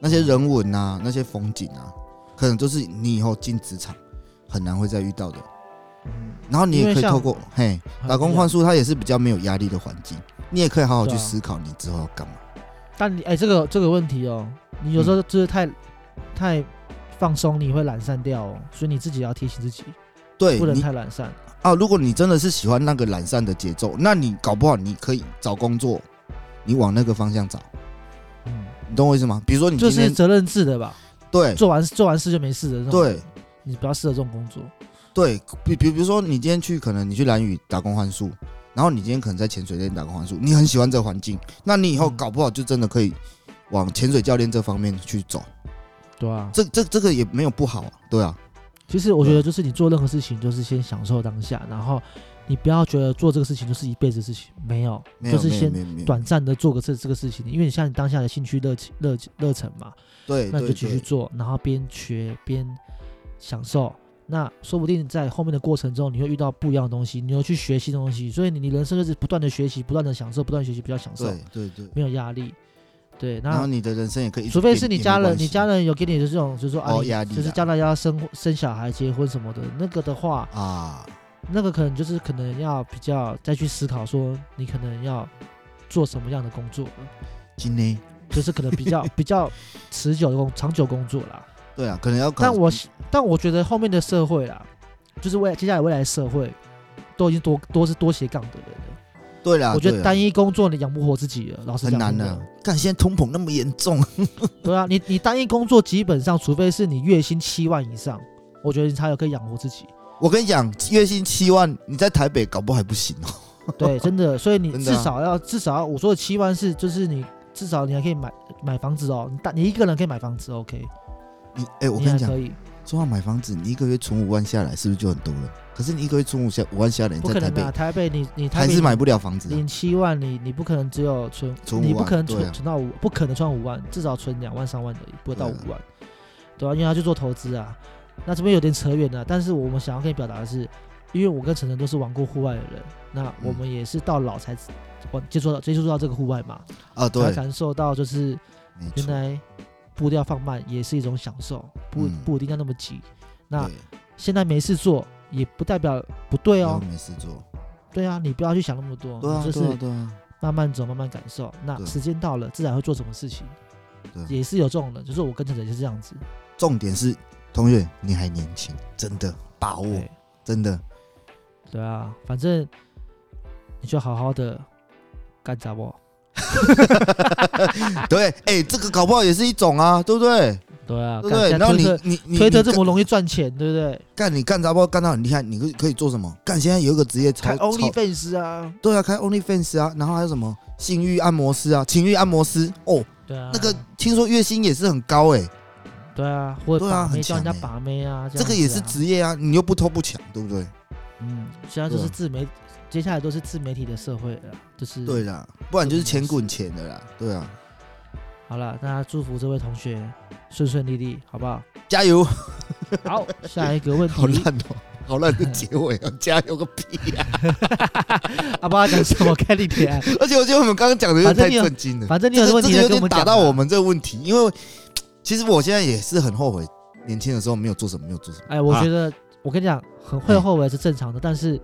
[SPEAKER 2] 那些人文啊，那些风景啊，可能就是你以后进职场很难会再遇到的。
[SPEAKER 1] 嗯，
[SPEAKER 2] 然后你也可
[SPEAKER 1] 因为
[SPEAKER 2] 以
[SPEAKER 1] 像
[SPEAKER 2] 透过嘿
[SPEAKER 1] 很
[SPEAKER 2] 打工
[SPEAKER 1] 不一
[SPEAKER 2] 换
[SPEAKER 1] 样，
[SPEAKER 2] 宿，它也是比较没有压力的环境，你也可以好好
[SPEAKER 1] 对
[SPEAKER 2] 去
[SPEAKER 1] 啊
[SPEAKER 2] 思考你之后要干嘛。
[SPEAKER 1] 但你哎、这个这个问题哦，你有时
[SPEAKER 2] 嗯
[SPEAKER 1] 候就是太、太放松，你会懒散掉哦，所以你自己要提醒自己，
[SPEAKER 2] 对
[SPEAKER 1] 不能
[SPEAKER 2] 你
[SPEAKER 1] 太懒散。
[SPEAKER 2] 啊，如果你真的是喜欢那个懒散的节奏，那你搞不好你可以找工作，你往那个方向找，
[SPEAKER 1] 嗯，
[SPEAKER 2] 你懂我意思吗？比如说你
[SPEAKER 1] 就是
[SPEAKER 2] 今天、
[SPEAKER 1] 责任制的吧，
[SPEAKER 2] 对
[SPEAKER 1] 做完做完事就没事的那种。
[SPEAKER 2] 对，
[SPEAKER 1] 你比较适合这种工作。
[SPEAKER 2] 对，比比比如说你今天去可能你去蓝屿打工换宿，然后你今天可能在潜水店打工换宿，你很喜欢这个环境，那你以后
[SPEAKER 1] 嗯
[SPEAKER 2] 搞不好就真的可以往潜水教练这方面去走，
[SPEAKER 1] 对啊，
[SPEAKER 2] 这这这个也没有不好啊，对啊，
[SPEAKER 1] 其实我觉得就是你做任何事情，就是先享受当下，然后你不要觉得做这个事情就是一辈子的事情，没有，
[SPEAKER 2] 没
[SPEAKER 1] 就
[SPEAKER 2] 有
[SPEAKER 1] 是
[SPEAKER 2] 没有
[SPEAKER 1] 先
[SPEAKER 2] 没有没有，
[SPEAKER 1] 短暂的做个这这个事情，因为你像你当下的兴趣热情热热忱嘛，
[SPEAKER 2] 对
[SPEAKER 1] 那你就
[SPEAKER 2] 对
[SPEAKER 1] 继续
[SPEAKER 2] 对
[SPEAKER 1] 做，然后边学边享受。那说不定在后面的过程中，你会遇到不一样的东西，你又去学新东西，所以你你人生就是不断的学习，不断的享受，不断地学习，比较享受，
[SPEAKER 2] 对对对，
[SPEAKER 1] 没有压力。对，
[SPEAKER 2] 然后
[SPEAKER 1] 那
[SPEAKER 2] 你的人生也可以一直
[SPEAKER 1] 除
[SPEAKER 2] 变，
[SPEAKER 1] 非是你
[SPEAKER 2] 也没
[SPEAKER 1] 家人，
[SPEAKER 2] 关
[SPEAKER 1] 你
[SPEAKER 2] 系
[SPEAKER 1] 家人有给你的这种，就是说啊，
[SPEAKER 2] 哦
[SPEAKER 1] 你
[SPEAKER 2] 压力
[SPEAKER 1] 就是
[SPEAKER 2] 啦
[SPEAKER 1] 家人要生生小孩、结婚什么的，那个的话，
[SPEAKER 2] 啊，
[SPEAKER 1] 那个可能就是可能要比较再去思考说，你可能要做什么样的工作了，
[SPEAKER 2] 今天
[SPEAKER 1] 就是可能比
[SPEAKER 2] [LAUGHS]
[SPEAKER 1] 较比较持久的工长久工作啦。
[SPEAKER 2] 对啊，可能要搞
[SPEAKER 1] 但我希但我觉得后面的社会啦，就是未来接下来未来的社会，都已经多多是多斜杠的人了。
[SPEAKER 2] 对啦，
[SPEAKER 1] 我觉
[SPEAKER 2] 对
[SPEAKER 1] 得
[SPEAKER 2] 啊
[SPEAKER 1] 单一工作你养不活自己了，老实
[SPEAKER 2] 很
[SPEAKER 1] 讲
[SPEAKER 2] 难啊
[SPEAKER 1] 真
[SPEAKER 2] 的，看现在通膨那么严重， [LAUGHS]
[SPEAKER 1] 对啊，你你单一工作基本上，除非是你月薪七万以上，我觉得你才有可以养活自
[SPEAKER 2] [LAUGHS]
[SPEAKER 1] 己。
[SPEAKER 2] 我跟你讲，月薪七万，你在台北搞不好还不行哦。
[SPEAKER 1] [LAUGHS] 对，真的，所以你
[SPEAKER 2] 真的
[SPEAKER 1] 至
[SPEAKER 2] 啊
[SPEAKER 1] 少要、至少要我说的七万是，就是你至少你还可以买买房子哦，你大你一个人可以买房子，OK，
[SPEAKER 2] [LAUGHS] 你哎、我
[SPEAKER 1] 你
[SPEAKER 2] 跟
[SPEAKER 1] 还
[SPEAKER 2] 你讲
[SPEAKER 1] 可，以，
[SPEAKER 2] 说要买房子，你一个月存五万下来，是不是就很多了？可是你一个月存五下五万下来，你
[SPEAKER 1] 不
[SPEAKER 2] 在
[SPEAKER 1] 可
[SPEAKER 2] 台
[SPEAKER 1] 能
[SPEAKER 2] 北
[SPEAKER 1] 啊，台北你你台
[SPEAKER 2] 还
[SPEAKER 1] 北
[SPEAKER 2] 是
[SPEAKER 1] 你
[SPEAKER 2] 买不了房子啊、
[SPEAKER 1] 领七万你，你不可能只有存，
[SPEAKER 2] 存
[SPEAKER 1] 你
[SPEAKER 2] 5
[SPEAKER 1] 不可能
[SPEAKER 2] 万对
[SPEAKER 1] 存、
[SPEAKER 2] 啊
[SPEAKER 1] 存到五，不可能存到五万，至少存两万三万的，不会到五
[SPEAKER 2] 对啊
[SPEAKER 1] 万，对啊，因为他去做投资啊。那这边有点扯远了，但是我们想要跟你表达的是，因为我跟晨晨都是玩过户外的人，那我
[SPEAKER 2] 嗯
[SPEAKER 1] 们也是到老才我接触到接触到这个户外嘛，
[SPEAKER 2] 啊，
[SPEAKER 1] 才
[SPEAKER 2] 对，
[SPEAKER 1] 感受到就是
[SPEAKER 2] 没
[SPEAKER 1] 原
[SPEAKER 2] 错，
[SPEAKER 1] 来步调放慢也是一种享受，不、
[SPEAKER 2] 嗯
[SPEAKER 1] 不一定要那么急。那
[SPEAKER 2] 对，
[SPEAKER 1] 现在没事做也不代表不对
[SPEAKER 2] 然后
[SPEAKER 1] 哦，
[SPEAKER 2] 没事做，
[SPEAKER 1] 对啊，你不要去想那么多，
[SPEAKER 2] 嗯对啊，
[SPEAKER 1] 你就
[SPEAKER 2] 对
[SPEAKER 1] 是
[SPEAKER 2] 啊，对啊，
[SPEAKER 1] 慢慢走，慢慢感受。那
[SPEAKER 2] 对
[SPEAKER 1] 时间到了，自然会做什么事情，
[SPEAKER 2] 对啊
[SPEAKER 1] 也是有这种的。就是我跟陈晨也是这样子，
[SPEAKER 2] 重点是，同学你还年轻，真的把握，
[SPEAKER 1] 对
[SPEAKER 2] 真的
[SPEAKER 1] 对啊，反正你就好好的干杂我。
[SPEAKER 2] 对，哎、这个搞不好也是一种啊，对不对？
[SPEAKER 1] 对啊，
[SPEAKER 2] 对不
[SPEAKER 1] 干
[SPEAKER 2] 对？
[SPEAKER 1] 现在
[SPEAKER 2] 然后
[SPEAKER 1] 推
[SPEAKER 2] 你
[SPEAKER 1] 特
[SPEAKER 2] 你你
[SPEAKER 1] 推特
[SPEAKER 2] 你
[SPEAKER 1] 这
[SPEAKER 2] 干
[SPEAKER 1] 么容易赚钱，对不对？
[SPEAKER 2] 干你干杂包干到很厉害，你可以可以做什么？干现在有一个职业超
[SPEAKER 1] 开
[SPEAKER 2] 超
[SPEAKER 1] OnlyFans 啊，
[SPEAKER 2] 对啊，开 OnlyFans 啊，然后还有什么性欲按摩师啊、情欲按摩师哦，
[SPEAKER 1] 对啊，
[SPEAKER 2] 那个听说月薪也是很高哎、
[SPEAKER 1] 对啊，或者
[SPEAKER 2] 对啊
[SPEAKER 1] 把妹
[SPEAKER 2] 很
[SPEAKER 1] 叫人家
[SPEAKER 2] 强欸
[SPEAKER 1] 把妹啊，
[SPEAKER 2] 这
[SPEAKER 1] 样
[SPEAKER 2] 个也
[SPEAKER 1] 子
[SPEAKER 2] 是
[SPEAKER 1] 啊
[SPEAKER 2] 职业啊，你又不偷不抢，对不对？
[SPEAKER 1] 嗯，现在就是
[SPEAKER 2] 对啊
[SPEAKER 1] 自媒，接下来都是自媒体的社会了，就是
[SPEAKER 2] 对啦，不然就是钱滚钱的啦，对啊，
[SPEAKER 1] 好了，那祝福这位同学顺顺利利，好不好？
[SPEAKER 2] 加油！
[SPEAKER 1] 嗯
[SPEAKER 2] [LAUGHS]
[SPEAKER 1] 好，下一个问
[SPEAKER 2] 好
[SPEAKER 1] 题，
[SPEAKER 2] 烂哦、好烂的结尾啊，加油个
[SPEAKER 1] [LAUGHS]
[SPEAKER 2] 屁啊！
[SPEAKER 1] 阿爸讲什么？开你
[SPEAKER 2] [LAUGHS]
[SPEAKER 1] 点，
[SPEAKER 2] 而且我觉得我们刚刚讲的有
[SPEAKER 1] 反
[SPEAKER 2] 点
[SPEAKER 1] 正
[SPEAKER 2] 太
[SPEAKER 1] 你有
[SPEAKER 2] 震惊了，
[SPEAKER 1] 反正你
[SPEAKER 2] 这
[SPEAKER 1] 有
[SPEAKER 2] 个
[SPEAKER 1] 问
[SPEAKER 2] 这
[SPEAKER 1] 题
[SPEAKER 2] 个
[SPEAKER 1] 再
[SPEAKER 2] 有
[SPEAKER 1] 跟我们
[SPEAKER 2] 点打
[SPEAKER 1] 讲
[SPEAKER 2] 到
[SPEAKER 1] 啊
[SPEAKER 2] 我。们这个问题，因为其实我现在也是很后悔，年轻的时候没有做什么，没有做什么。
[SPEAKER 1] 哎，我
[SPEAKER 2] 啊
[SPEAKER 1] 觉得我跟你讲，很会
[SPEAKER 2] 哎
[SPEAKER 1] 后悔是正常的，但是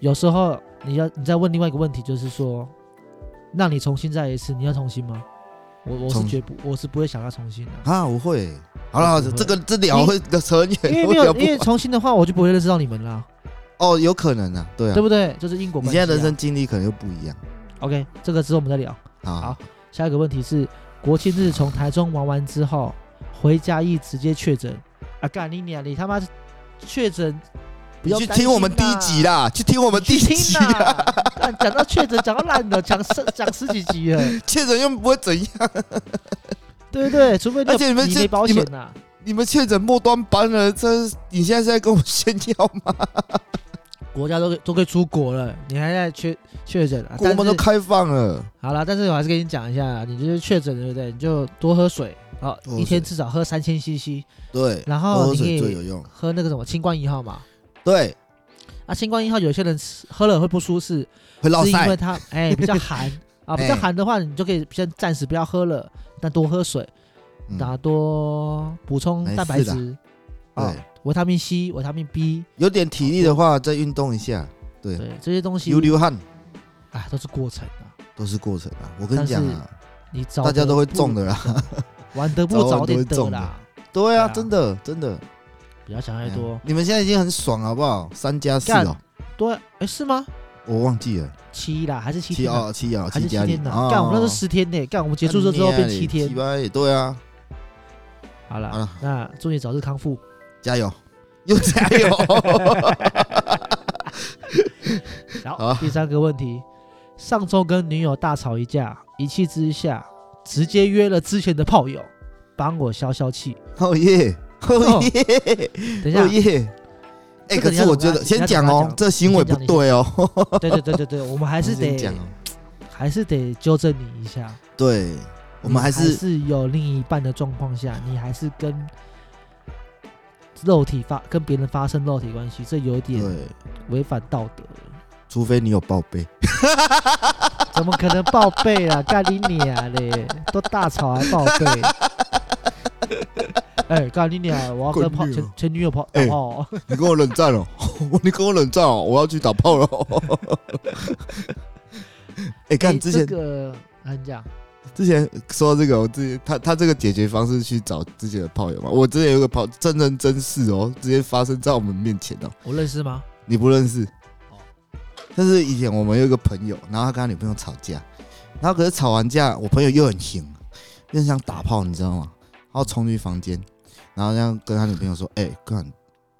[SPEAKER 1] 有时候你要你再问另外一个问题，就是说，让你重新再一次，你要重新吗？我我是
[SPEAKER 2] 重
[SPEAKER 1] 绝不，我是不会想要重
[SPEAKER 2] [LAUGHS]
[SPEAKER 1] 新的。
[SPEAKER 2] 啊，我会。好了，
[SPEAKER 1] 嗯不会
[SPEAKER 2] 这个这聊会扯很
[SPEAKER 1] 因为
[SPEAKER 2] 远，我
[SPEAKER 1] 没有
[SPEAKER 2] 聊，不
[SPEAKER 1] 因为重新的话，我就不会认识到你们啦，
[SPEAKER 2] 哦，有可能啊，对啊
[SPEAKER 1] 对，不对？就是因果关
[SPEAKER 2] 你
[SPEAKER 1] 系
[SPEAKER 2] 现
[SPEAKER 1] 啊。
[SPEAKER 2] 在人生经历可能又不一样。啊
[SPEAKER 1] OK，这个之后我们再聊。好
[SPEAKER 2] 好，
[SPEAKER 1] 下一个问题是，国庆日从台中玩完之后，回嘉义直接确诊啊！干你娘！你他妈确诊，不
[SPEAKER 2] 你
[SPEAKER 1] 要
[SPEAKER 2] 去听我们第一集
[SPEAKER 1] 啦，
[SPEAKER 2] 啦，去听我
[SPEAKER 1] 我
[SPEAKER 2] 们第一集 [LAUGHS] 啦。
[SPEAKER 1] 啦。干讲
[SPEAKER 2] [LAUGHS]
[SPEAKER 1] 到确诊，讲到烂的，讲十讲十几集了。
[SPEAKER 2] 确诊又不会怎样，
[SPEAKER 1] 对不对？除非
[SPEAKER 2] 而且你
[SPEAKER 1] 你
[SPEAKER 2] 们
[SPEAKER 1] 你
[SPEAKER 2] 这
[SPEAKER 1] 没保
[SPEAKER 2] 你
[SPEAKER 1] 险
[SPEAKER 2] 们
[SPEAKER 1] 呐、
[SPEAKER 2] 你们确诊末端班了，这你现在是在跟我炫耀吗？
[SPEAKER 1] 国家都都可以出国了，你还在确确诊啊？
[SPEAKER 2] 国门
[SPEAKER 1] 但
[SPEAKER 2] 都
[SPEAKER 1] 是
[SPEAKER 2] 开放了，
[SPEAKER 1] 好啦，但是我还是跟你讲一下，你就是确诊对不对？你就多喝水啊，
[SPEAKER 2] 多喝
[SPEAKER 1] 一天
[SPEAKER 2] 水
[SPEAKER 1] 至少喝三千 CC，
[SPEAKER 2] 对，
[SPEAKER 1] 然
[SPEAKER 2] 多
[SPEAKER 1] 后
[SPEAKER 2] 喝
[SPEAKER 1] 哦你可
[SPEAKER 2] 水最有
[SPEAKER 1] 以
[SPEAKER 2] 用，
[SPEAKER 1] 喝那个什么清冠一号嘛。
[SPEAKER 2] 对，
[SPEAKER 1] 啊，清冠一号有些人吃喝了会不舒适，
[SPEAKER 2] 会落
[SPEAKER 1] 是因为
[SPEAKER 2] 晒， [LAUGHS]
[SPEAKER 1] 它哎、比较寒啊，比较
[SPEAKER 2] 哎
[SPEAKER 1] 寒的话，你就可以先暂时不要喝了，但多喝水，
[SPEAKER 2] 嗯
[SPEAKER 1] 然后多补充
[SPEAKER 2] 没
[SPEAKER 1] 蛋白
[SPEAKER 2] 事的
[SPEAKER 1] 质啊
[SPEAKER 2] 对，，
[SPEAKER 1] 维他命 C、维他命 B，
[SPEAKER 2] 有点体力的话再运动一下，对
[SPEAKER 1] 对这些东西
[SPEAKER 2] 流，流汗
[SPEAKER 1] 哎，都是过程啊。
[SPEAKER 2] 都是过程啊。我跟你讲啊，
[SPEAKER 1] 你早
[SPEAKER 2] 大家
[SPEAKER 1] 得
[SPEAKER 2] 都会
[SPEAKER 1] 不
[SPEAKER 2] 中的，啦，
[SPEAKER 1] 晚得
[SPEAKER 2] 早
[SPEAKER 1] 不
[SPEAKER 2] 晚
[SPEAKER 1] 早
[SPEAKER 2] 都
[SPEAKER 1] 点
[SPEAKER 2] 会
[SPEAKER 1] 得
[SPEAKER 2] 中
[SPEAKER 1] 啦，
[SPEAKER 2] 对
[SPEAKER 1] 对啊
[SPEAKER 2] 啊，真的真的，
[SPEAKER 1] 不要想
[SPEAKER 2] 哎
[SPEAKER 1] 太
[SPEAKER 2] 呀
[SPEAKER 1] 多。
[SPEAKER 2] 你们现在已经很爽好不好？三加四
[SPEAKER 1] 干
[SPEAKER 2] 哦，
[SPEAKER 1] 对，哎，是吗？
[SPEAKER 2] 我忘记了，
[SPEAKER 1] 七啦，还是七
[SPEAKER 2] 七
[SPEAKER 1] 天啊？
[SPEAKER 2] 哦七哦
[SPEAKER 1] 还是七
[SPEAKER 2] 加零
[SPEAKER 1] 天的？
[SPEAKER 2] 啊，
[SPEAKER 1] 干，我们那是十天呢。干，我们结束之后变七天啊
[SPEAKER 2] 七。八也对啊，
[SPEAKER 1] 好
[SPEAKER 2] 好
[SPEAKER 1] 了
[SPEAKER 2] 了，
[SPEAKER 1] 那祝你早日康复。
[SPEAKER 2] 加油， [LAUGHS] 又加油， [LAUGHS]
[SPEAKER 1] 然
[SPEAKER 2] 好
[SPEAKER 1] 后
[SPEAKER 2] 啊
[SPEAKER 1] 第三个问题，上周跟女友大吵一架，一气之下直接约了之前的炮友，帮我消消气。
[SPEAKER 2] 哦耶，哦耶，
[SPEAKER 1] 等一下，
[SPEAKER 2] 哦耶。哎，
[SPEAKER 1] 这个
[SPEAKER 2] 可
[SPEAKER 1] 你
[SPEAKER 2] 是
[SPEAKER 1] 要
[SPEAKER 2] 我
[SPEAKER 1] 怎么
[SPEAKER 2] 觉得
[SPEAKER 1] 跟他
[SPEAKER 2] 先讲
[SPEAKER 1] 你要怎么
[SPEAKER 2] 哦
[SPEAKER 1] 跟，他
[SPEAKER 2] 这行为不对哦，
[SPEAKER 1] 对对对对
[SPEAKER 2] [LAUGHS]
[SPEAKER 1] 对，我们还是
[SPEAKER 2] 先讲
[SPEAKER 1] 得
[SPEAKER 2] 哦，
[SPEAKER 1] 还是得纠正你一下。
[SPEAKER 2] 对，我们
[SPEAKER 1] 你还
[SPEAKER 2] 还是
[SPEAKER 1] 是有另一半的状况下，你还是跟肉体发跟别人发生肉体关系，这有点
[SPEAKER 2] 对，
[SPEAKER 1] 违反道德了。
[SPEAKER 2] 除非你有报备。
[SPEAKER 1] 怎么可能报备
[SPEAKER 2] [LAUGHS]
[SPEAKER 1] 啊？干你娘嘞！都大吵还报备？
[SPEAKER 2] [LAUGHS]
[SPEAKER 1] 哎、干你娘！我要跟炮
[SPEAKER 2] 滚
[SPEAKER 1] 前
[SPEAKER 2] 你哦
[SPEAKER 1] 前女友跑打
[SPEAKER 2] 哎
[SPEAKER 1] 炮哦、
[SPEAKER 2] 你跟我冷战了、 [LAUGHS] 你跟我冷战哦，我要去打炮了、 [LAUGHS] 哎、看
[SPEAKER 1] 哎
[SPEAKER 2] 之前、
[SPEAKER 1] 这个很讲，
[SPEAKER 2] 之前说到这个，我之前他他这个解决方式去找自己的炮友嘛，我之前有个炮真人真事哦，直接发生在我们面前哦，
[SPEAKER 1] 我认识吗？
[SPEAKER 2] 你不认识
[SPEAKER 1] 哦。
[SPEAKER 2] 但是以前我们有一个朋友，然后他跟他女朋友吵架，然后可是吵完架，我朋友又很行，又很想打炮，你知道吗？然后冲去房间，然后这样跟他女朋友说：“哎、干，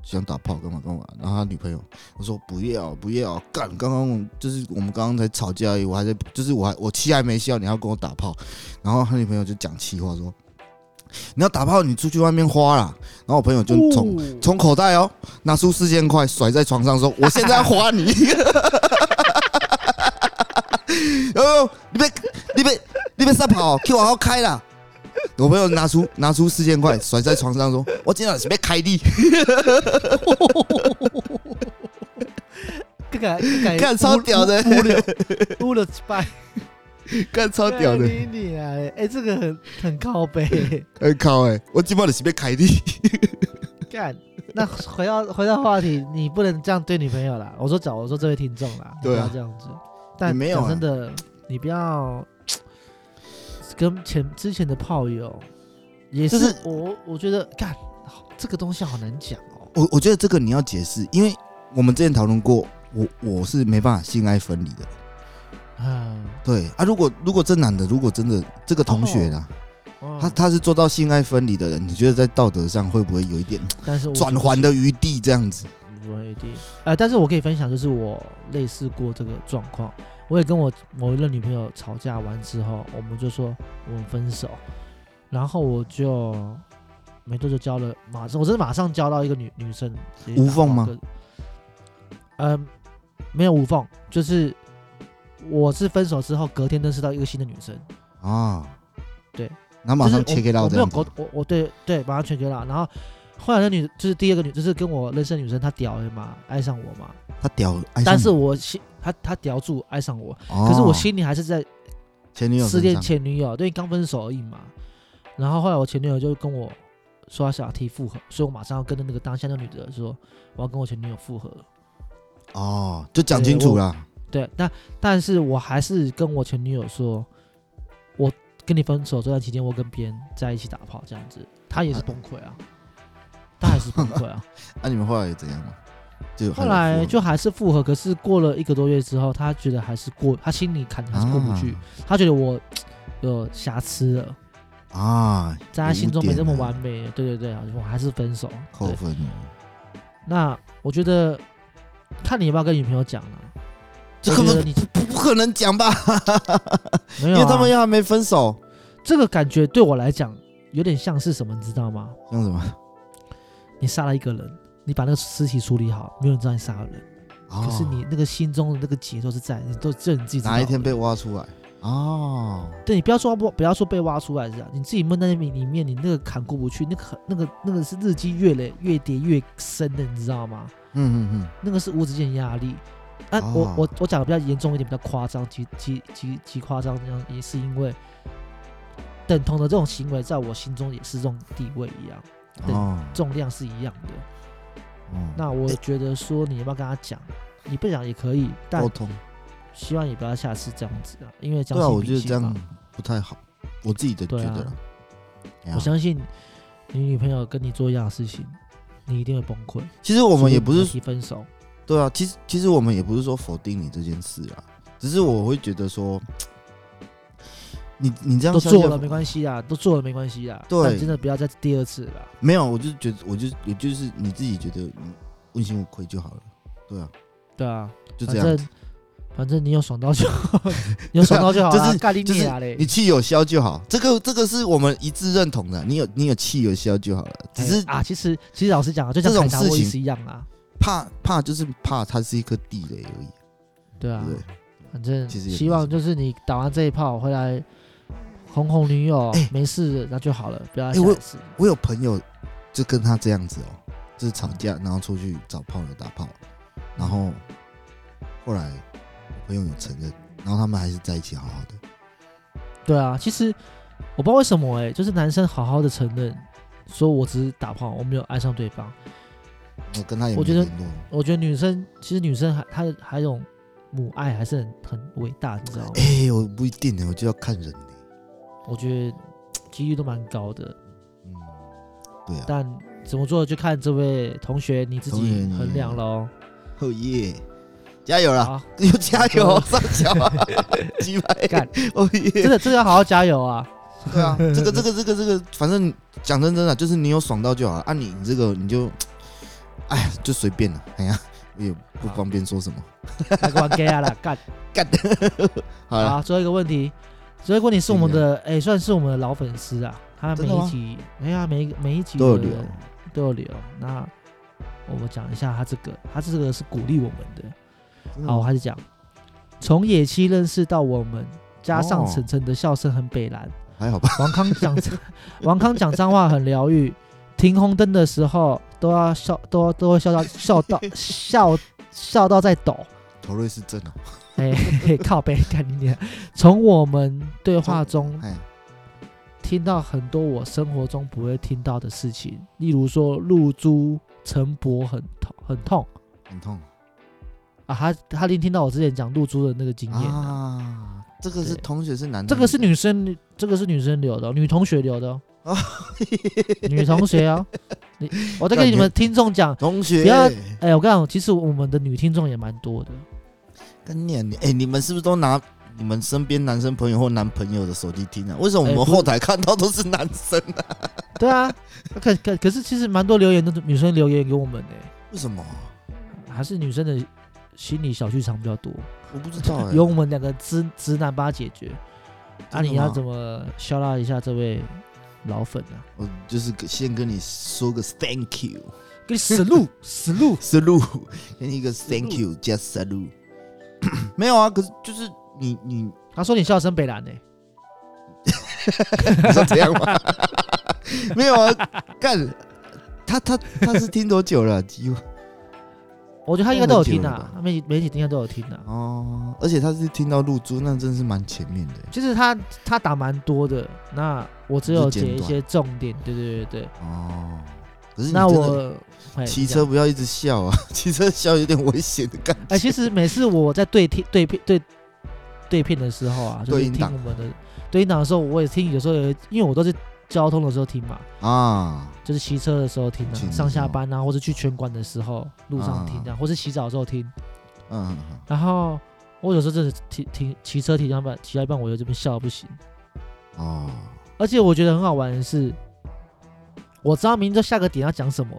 [SPEAKER 2] 想打炮干嘛干嘛？”然后他女朋友我说：“不要不要，干，刚刚我就是我们刚刚才吵架而已，我还在就是我还我气还没消，你要跟我打炮。”然后他女朋友就讲气话说：“你要打炮，你出去外面花啦。”然后我朋友就从
[SPEAKER 1] 哦
[SPEAKER 2] 从口袋哦拿出四千块甩在床上说：“我现在要花你。” [LAUGHS] 哦，你别你别你别撒跑，Q 好好开啦！我朋友拿出拿出四千块甩在床上说：“我今天是被开的，
[SPEAKER 1] 这个这个
[SPEAKER 2] 干超屌的
[SPEAKER 1] 污污了污了拜，
[SPEAKER 2] [LAUGHS] 干超屌的
[SPEAKER 1] 干，你娘嘞！哎、这个很很靠背、
[SPEAKER 2] 很靠哎！我今晚就是被开的，
[SPEAKER 1] 干， [LAUGHS] 那回到回到话题，你不能这样对女朋友啦。我说找我说这位听众啦，你
[SPEAKER 2] 对
[SPEAKER 1] 不要
[SPEAKER 2] 啊
[SPEAKER 1] 这样子。但
[SPEAKER 2] 也没有
[SPEAKER 1] 讲
[SPEAKER 2] 啊
[SPEAKER 1] 真的，你不要跟前之前的炮友，也、
[SPEAKER 2] 就是是
[SPEAKER 1] 我我觉得干好这个东西好难讲哦。
[SPEAKER 2] 我我觉得这个你要解释，因为我们之前讨论过，我我是没办法性爱分离的。
[SPEAKER 1] 嗯，
[SPEAKER 2] 对啊，如果如果这男的如果真的这个同学啦，
[SPEAKER 1] 哦
[SPEAKER 2] 他他是做到性爱分离的人，你觉得在道德上会不会有一点
[SPEAKER 1] 但是我
[SPEAKER 2] 转圜的余地这样子？
[SPEAKER 1] 不一定。呃，但是我可以分享，就是我类似过这个状况，我也跟我某一任女朋友吵架完之后，我们就说我们分手，然后我就没多久交了，马上我真的马上交到一个女女生，直接
[SPEAKER 2] 无
[SPEAKER 1] 打
[SPEAKER 2] 缝
[SPEAKER 1] 炮
[SPEAKER 2] 吗
[SPEAKER 1] 跟？呃，没有无缝，就是我是分手之后隔天认识到一个新的女生，
[SPEAKER 2] 啊，
[SPEAKER 1] 对，
[SPEAKER 2] 然后马上
[SPEAKER 1] 就是我
[SPEAKER 2] check it
[SPEAKER 1] 我
[SPEAKER 2] out 这
[SPEAKER 1] 没有
[SPEAKER 2] 样
[SPEAKER 1] 狗
[SPEAKER 2] 子，，
[SPEAKER 1] 我我对对，马上 check it out，然后后来那女就是第二个女，就是跟我认识的女生，她屌了嘛，爱上我嘛，
[SPEAKER 2] 他屌，爱上
[SPEAKER 1] 但是
[SPEAKER 2] 你，
[SPEAKER 1] 我心他他叼住爱上我，
[SPEAKER 2] 哦
[SPEAKER 1] 可是我心里还是在
[SPEAKER 2] 前女友
[SPEAKER 1] 思
[SPEAKER 2] 身
[SPEAKER 1] 念
[SPEAKER 2] 上
[SPEAKER 1] 前女友，对，刚分手而已嘛。然后后来我前女友就跟我说她想要提复合，所以我马上要跟着那个当下那女的说我要跟我前女友复合。
[SPEAKER 2] 哦，就讲清楚啦，
[SPEAKER 1] 对，那但是我还是跟我前女友说，我跟你分手这段期间，我跟别人在一起打炮这样子，她也是崩溃啊，她还是崩溃
[SPEAKER 2] [LAUGHS]
[SPEAKER 1] 啊。
[SPEAKER 2] 那你们后来有怎样吗？就还
[SPEAKER 1] 后
[SPEAKER 2] 有复
[SPEAKER 1] 来
[SPEAKER 2] 合
[SPEAKER 1] 就还是复合，可是过了一个多月之后，她觉得还是过，她心里坎还是过不去。
[SPEAKER 2] 啊
[SPEAKER 1] 他觉得我呃有瑕疵了，
[SPEAKER 2] 啊，
[SPEAKER 1] 在他心中没这么
[SPEAKER 2] 有一点
[SPEAKER 1] 完美。对对对，我还是分手。
[SPEAKER 2] 扣
[SPEAKER 1] 对，
[SPEAKER 2] 分了，
[SPEAKER 1] 那我觉得看你要不要跟女朋友讲了、
[SPEAKER 2] 这
[SPEAKER 1] 我
[SPEAKER 2] 根
[SPEAKER 1] 觉
[SPEAKER 2] 本
[SPEAKER 1] 得你
[SPEAKER 2] 不不可能讲吧，
[SPEAKER 1] 没
[SPEAKER 2] 因
[SPEAKER 1] 有、啊，
[SPEAKER 2] 为他们又还没分手，
[SPEAKER 1] 这个感觉对我来讲，有点像是什么，你知道吗？
[SPEAKER 2] 像什么？
[SPEAKER 1] 你杀了一个人，你把那个尸体处理好，没有人知道你杀了人，
[SPEAKER 2] 哦
[SPEAKER 1] 可是你那个心中的那个结都是在，你都只有你自己知道而
[SPEAKER 2] 哪
[SPEAKER 1] 已。
[SPEAKER 2] 一天被挖出来？哦，
[SPEAKER 1] 对你不要说不不要说被挖出来是啊，你自己闷在那里里面，你那个坎过不去，那个很那个那个是日积月累越叠越深的，你知道吗？
[SPEAKER 2] 嗯嗯
[SPEAKER 1] 那个是无止境的压力。啊，
[SPEAKER 2] 哦
[SPEAKER 1] 我我我讲的比较严重一点，比较夸张，极极极极夸张，这样也是因为等同的这种行为，在我心中也是这种地位一样，
[SPEAKER 2] 嗯，
[SPEAKER 1] 对
[SPEAKER 2] 哦，
[SPEAKER 1] 重量是一样的。
[SPEAKER 2] 哦
[SPEAKER 1] 那我觉得说，你要不要跟他讲？你不讲也可以，但
[SPEAKER 2] 沟通，
[SPEAKER 1] 希望你不要下次这样子啊，因为将
[SPEAKER 2] 对啊，
[SPEAKER 1] 心
[SPEAKER 2] 我
[SPEAKER 1] 比
[SPEAKER 2] 觉得
[SPEAKER 1] 心
[SPEAKER 2] 这样
[SPEAKER 1] 嘛
[SPEAKER 2] 不太好，我自己的觉
[SPEAKER 1] 对啊
[SPEAKER 2] 得啦。哎呀
[SPEAKER 1] 我相信你女朋友跟你做一样的事情，你一定会崩溃。
[SPEAKER 2] 其实我们也
[SPEAKER 1] 除
[SPEAKER 2] 不
[SPEAKER 1] 非你
[SPEAKER 2] 是
[SPEAKER 1] 提分手，
[SPEAKER 2] 对啊，其实其实我们也不是说否定你这件事啊，只是我会觉得说，你你这样
[SPEAKER 1] 都
[SPEAKER 2] 下去
[SPEAKER 1] 做了没关系啦，都做了没关系啦。
[SPEAKER 2] 对
[SPEAKER 1] 但真的不要再第二次了。
[SPEAKER 2] 没有，我就觉得我就我就是你自己觉得你问心无愧就好了，对啊，
[SPEAKER 1] 对啊，
[SPEAKER 2] 就这
[SPEAKER 1] 反
[SPEAKER 2] 样，
[SPEAKER 1] 正反正你有爽到就好， [LAUGHS] 你有爽到就好
[SPEAKER 2] [LAUGHS] 就
[SPEAKER 1] 啦，
[SPEAKER 2] 是
[SPEAKER 1] 干你
[SPEAKER 2] 就是
[SPEAKER 1] 娘啊嘞！哎
[SPEAKER 2] 你气有消就好，这个这个是我们一致认同的，你有你有气有消就好了，只是
[SPEAKER 1] 哎啊，其实其实老实讲啊，就像
[SPEAKER 2] 这种
[SPEAKER 1] 凯撒
[SPEAKER 2] 事
[SPEAKER 1] 沃伊
[SPEAKER 2] 情
[SPEAKER 1] 斯一样啊，
[SPEAKER 2] 怕怕就是怕它是一颗地雷而已，
[SPEAKER 1] 对
[SPEAKER 2] 对
[SPEAKER 1] 啊
[SPEAKER 2] 不，对？
[SPEAKER 1] 反正
[SPEAKER 2] 其实也
[SPEAKER 1] 希
[SPEAKER 2] 没
[SPEAKER 1] 望
[SPEAKER 2] 什么
[SPEAKER 1] 就是你打完这一炮回来，哄哄女友
[SPEAKER 2] 哎，
[SPEAKER 1] 没事那就好了，不要
[SPEAKER 2] 哎
[SPEAKER 1] 再
[SPEAKER 2] 我
[SPEAKER 1] 下次。
[SPEAKER 2] 我有朋友就跟他这样子哦，就是吵架，然后出去找炮友打炮，然后后来我朋友有承认，然后他们还是在一起好好的。
[SPEAKER 1] 对啊，其实我不知道为什么哎、就是男生好好的承认，说我只是打炮，我没有爱上对方。
[SPEAKER 2] 我跟他也没
[SPEAKER 1] 我觉得
[SPEAKER 2] 联络，
[SPEAKER 1] 我觉得女生其实女生还她还有母爱还是很很伟大，你知道吗？
[SPEAKER 2] 哎、我不一定呢，我就要看人呢。
[SPEAKER 1] 我觉得嘖几率都蛮高的，
[SPEAKER 2] 嗯，对啊。
[SPEAKER 1] 但怎么做就看这位同学你自
[SPEAKER 2] 同学
[SPEAKER 1] 己
[SPEAKER 2] 你啊
[SPEAKER 1] 衡量喽。
[SPEAKER 2] 哦耶，加油啦！
[SPEAKER 1] 好，
[SPEAKER 2] [LAUGHS] 又加
[SPEAKER 1] [LAUGHS]
[SPEAKER 2] 油，上桥， [LAUGHS] 击败
[SPEAKER 1] 干，
[SPEAKER 2] [LAUGHS] 哦
[SPEAKER 1] 真
[SPEAKER 2] 耶！
[SPEAKER 1] 的真的要好好加油
[SPEAKER 2] [LAUGHS]
[SPEAKER 1] 啊！
[SPEAKER 2] 对啊，这个这个这个这个，反正讲认真的，就是你有爽到就好了。啊，你你这个你就，哎呀，就随便了。哎呀，我也不方便说什么。 [LAUGHS]
[SPEAKER 1] 来个玩 gay 啊啦，干！
[SPEAKER 2] 好了，
[SPEAKER 1] 好，最后一个问题，最后一个问题是我们的哎、算是我们的老粉丝啊，他每
[SPEAKER 2] 真的
[SPEAKER 1] 一
[SPEAKER 2] 吗
[SPEAKER 1] 集哎呀每一每一集
[SPEAKER 2] 都有
[SPEAKER 1] 的
[SPEAKER 2] 理由。
[SPEAKER 1] 都有留。那我们讲一下他这个，他这个是鼓励我们的。好，我还是讲，从野七认识到我们，加上
[SPEAKER 2] 哦
[SPEAKER 1] 晨晨的笑声很北蓝，
[SPEAKER 2] 还好吧？
[SPEAKER 1] 王康讲 [LAUGHS] 王康讲脏话很疗愈，停红灯的时候都要笑，都要都会笑到笑到笑笑到在抖。
[SPEAKER 2] 头瑞是真啊，
[SPEAKER 1] 哎、嘿靠背干你娘！从我们对话中
[SPEAKER 2] 哎，
[SPEAKER 1] 听到很多我生活中不会听到的事情，例如说露珠、晨勃很痛很痛
[SPEAKER 2] 很痛
[SPEAKER 1] 啊，他他一定听到我之前讲露珠的那个经验、啊，
[SPEAKER 2] 啊。这个是
[SPEAKER 1] 对
[SPEAKER 2] 同学是男的，
[SPEAKER 1] 这个是女生，这个是女生留的哦，女同学留的哦，
[SPEAKER 2] 啊
[SPEAKER 1] 女同学哦，你我在跟
[SPEAKER 2] 感
[SPEAKER 1] 你
[SPEAKER 2] 觉
[SPEAKER 1] 们听众讲，
[SPEAKER 2] 同学，
[SPEAKER 1] 不要哎、我跟你讲，其实我们的女听众也蛮多的，
[SPEAKER 2] 跟你啊你哎，你们是不是都拿你们身边男生朋友或男朋友的手机听啊？为什么我
[SPEAKER 1] 哎不
[SPEAKER 2] 们
[SPEAKER 1] 是
[SPEAKER 2] 后台看到都是男生啊？
[SPEAKER 1] 对
[SPEAKER 2] [LAUGHS]
[SPEAKER 1] 啊，可可可是其实蛮多留言都是女生留言给我们的，
[SPEAKER 2] 为什么啊？
[SPEAKER 1] 还是女生的心理小剧场比较多，
[SPEAKER 2] 我不知道哎。
[SPEAKER 1] 由我们两个直直男帮他解决。那、
[SPEAKER 2] 真的
[SPEAKER 1] 你要
[SPEAKER 2] 吗
[SPEAKER 1] 怎么消拉一下这位老粉啊呢、
[SPEAKER 2] 我就是跟先跟你说个 thank you，
[SPEAKER 1] 给你死路死路！
[SPEAKER 2] salute，给你一个 thank you 加 salute。没有啊，可是就是你你 [LAUGHS]
[SPEAKER 1] 他说你笑声北蓝呢、欸
[SPEAKER 2] 你说这样吗？ [LAUGHS] 没有啊，干他他他是听多久了、几乎
[SPEAKER 1] 我觉得他应该都有听
[SPEAKER 2] 那么久
[SPEAKER 1] 啊
[SPEAKER 2] 了，吧
[SPEAKER 1] 他媒媒体应该都有听啊。
[SPEAKER 2] 哦，而且他是听到露珠，那真是蛮前面的。
[SPEAKER 1] 就是他他打蛮多的，那我只有
[SPEAKER 2] 就简
[SPEAKER 1] 解一
[SPEAKER 2] 短
[SPEAKER 1] 些重点，对对对对。
[SPEAKER 2] 哦，可是你
[SPEAKER 1] 那
[SPEAKER 2] 真的
[SPEAKER 1] 我哎嘿
[SPEAKER 2] [LAUGHS] 骑
[SPEAKER 1] 你讲
[SPEAKER 2] 车不要一直笑啊， [LAUGHS] 骑车笑有点危险的感
[SPEAKER 1] 哎、其
[SPEAKER 2] 觉。[LAUGHS]
[SPEAKER 1] 实每次我在对听对片对对片的时候啊，就是
[SPEAKER 2] 对音
[SPEAKER 1] 听
[SPEAKER 2] 档
[SPEAKER 1] 我们的对音档的时候，我也听，有时候有因为我都是交通的时候听嘛，
[SPEAKER 2] 啊，
[SPEAKER 1] 就是骑车的时候听啊，
[SPEAKER 2] 骑车的时候
[SPEAKER 1] 上下班啊，或者去拳馆的时候路上听啊，或是洗澡的时候听。
[SPEAKER 2] 嗯，嗯
[SPEAKER 1] 然后我有时候真的听听骑车听到一半，骑到一半我就这边笑得不行。
[SPEAKER 2] 嗯哦，
[SPEAKER 1] 而且我觉得很好玩的是，我知道明知道下个点要讲什么，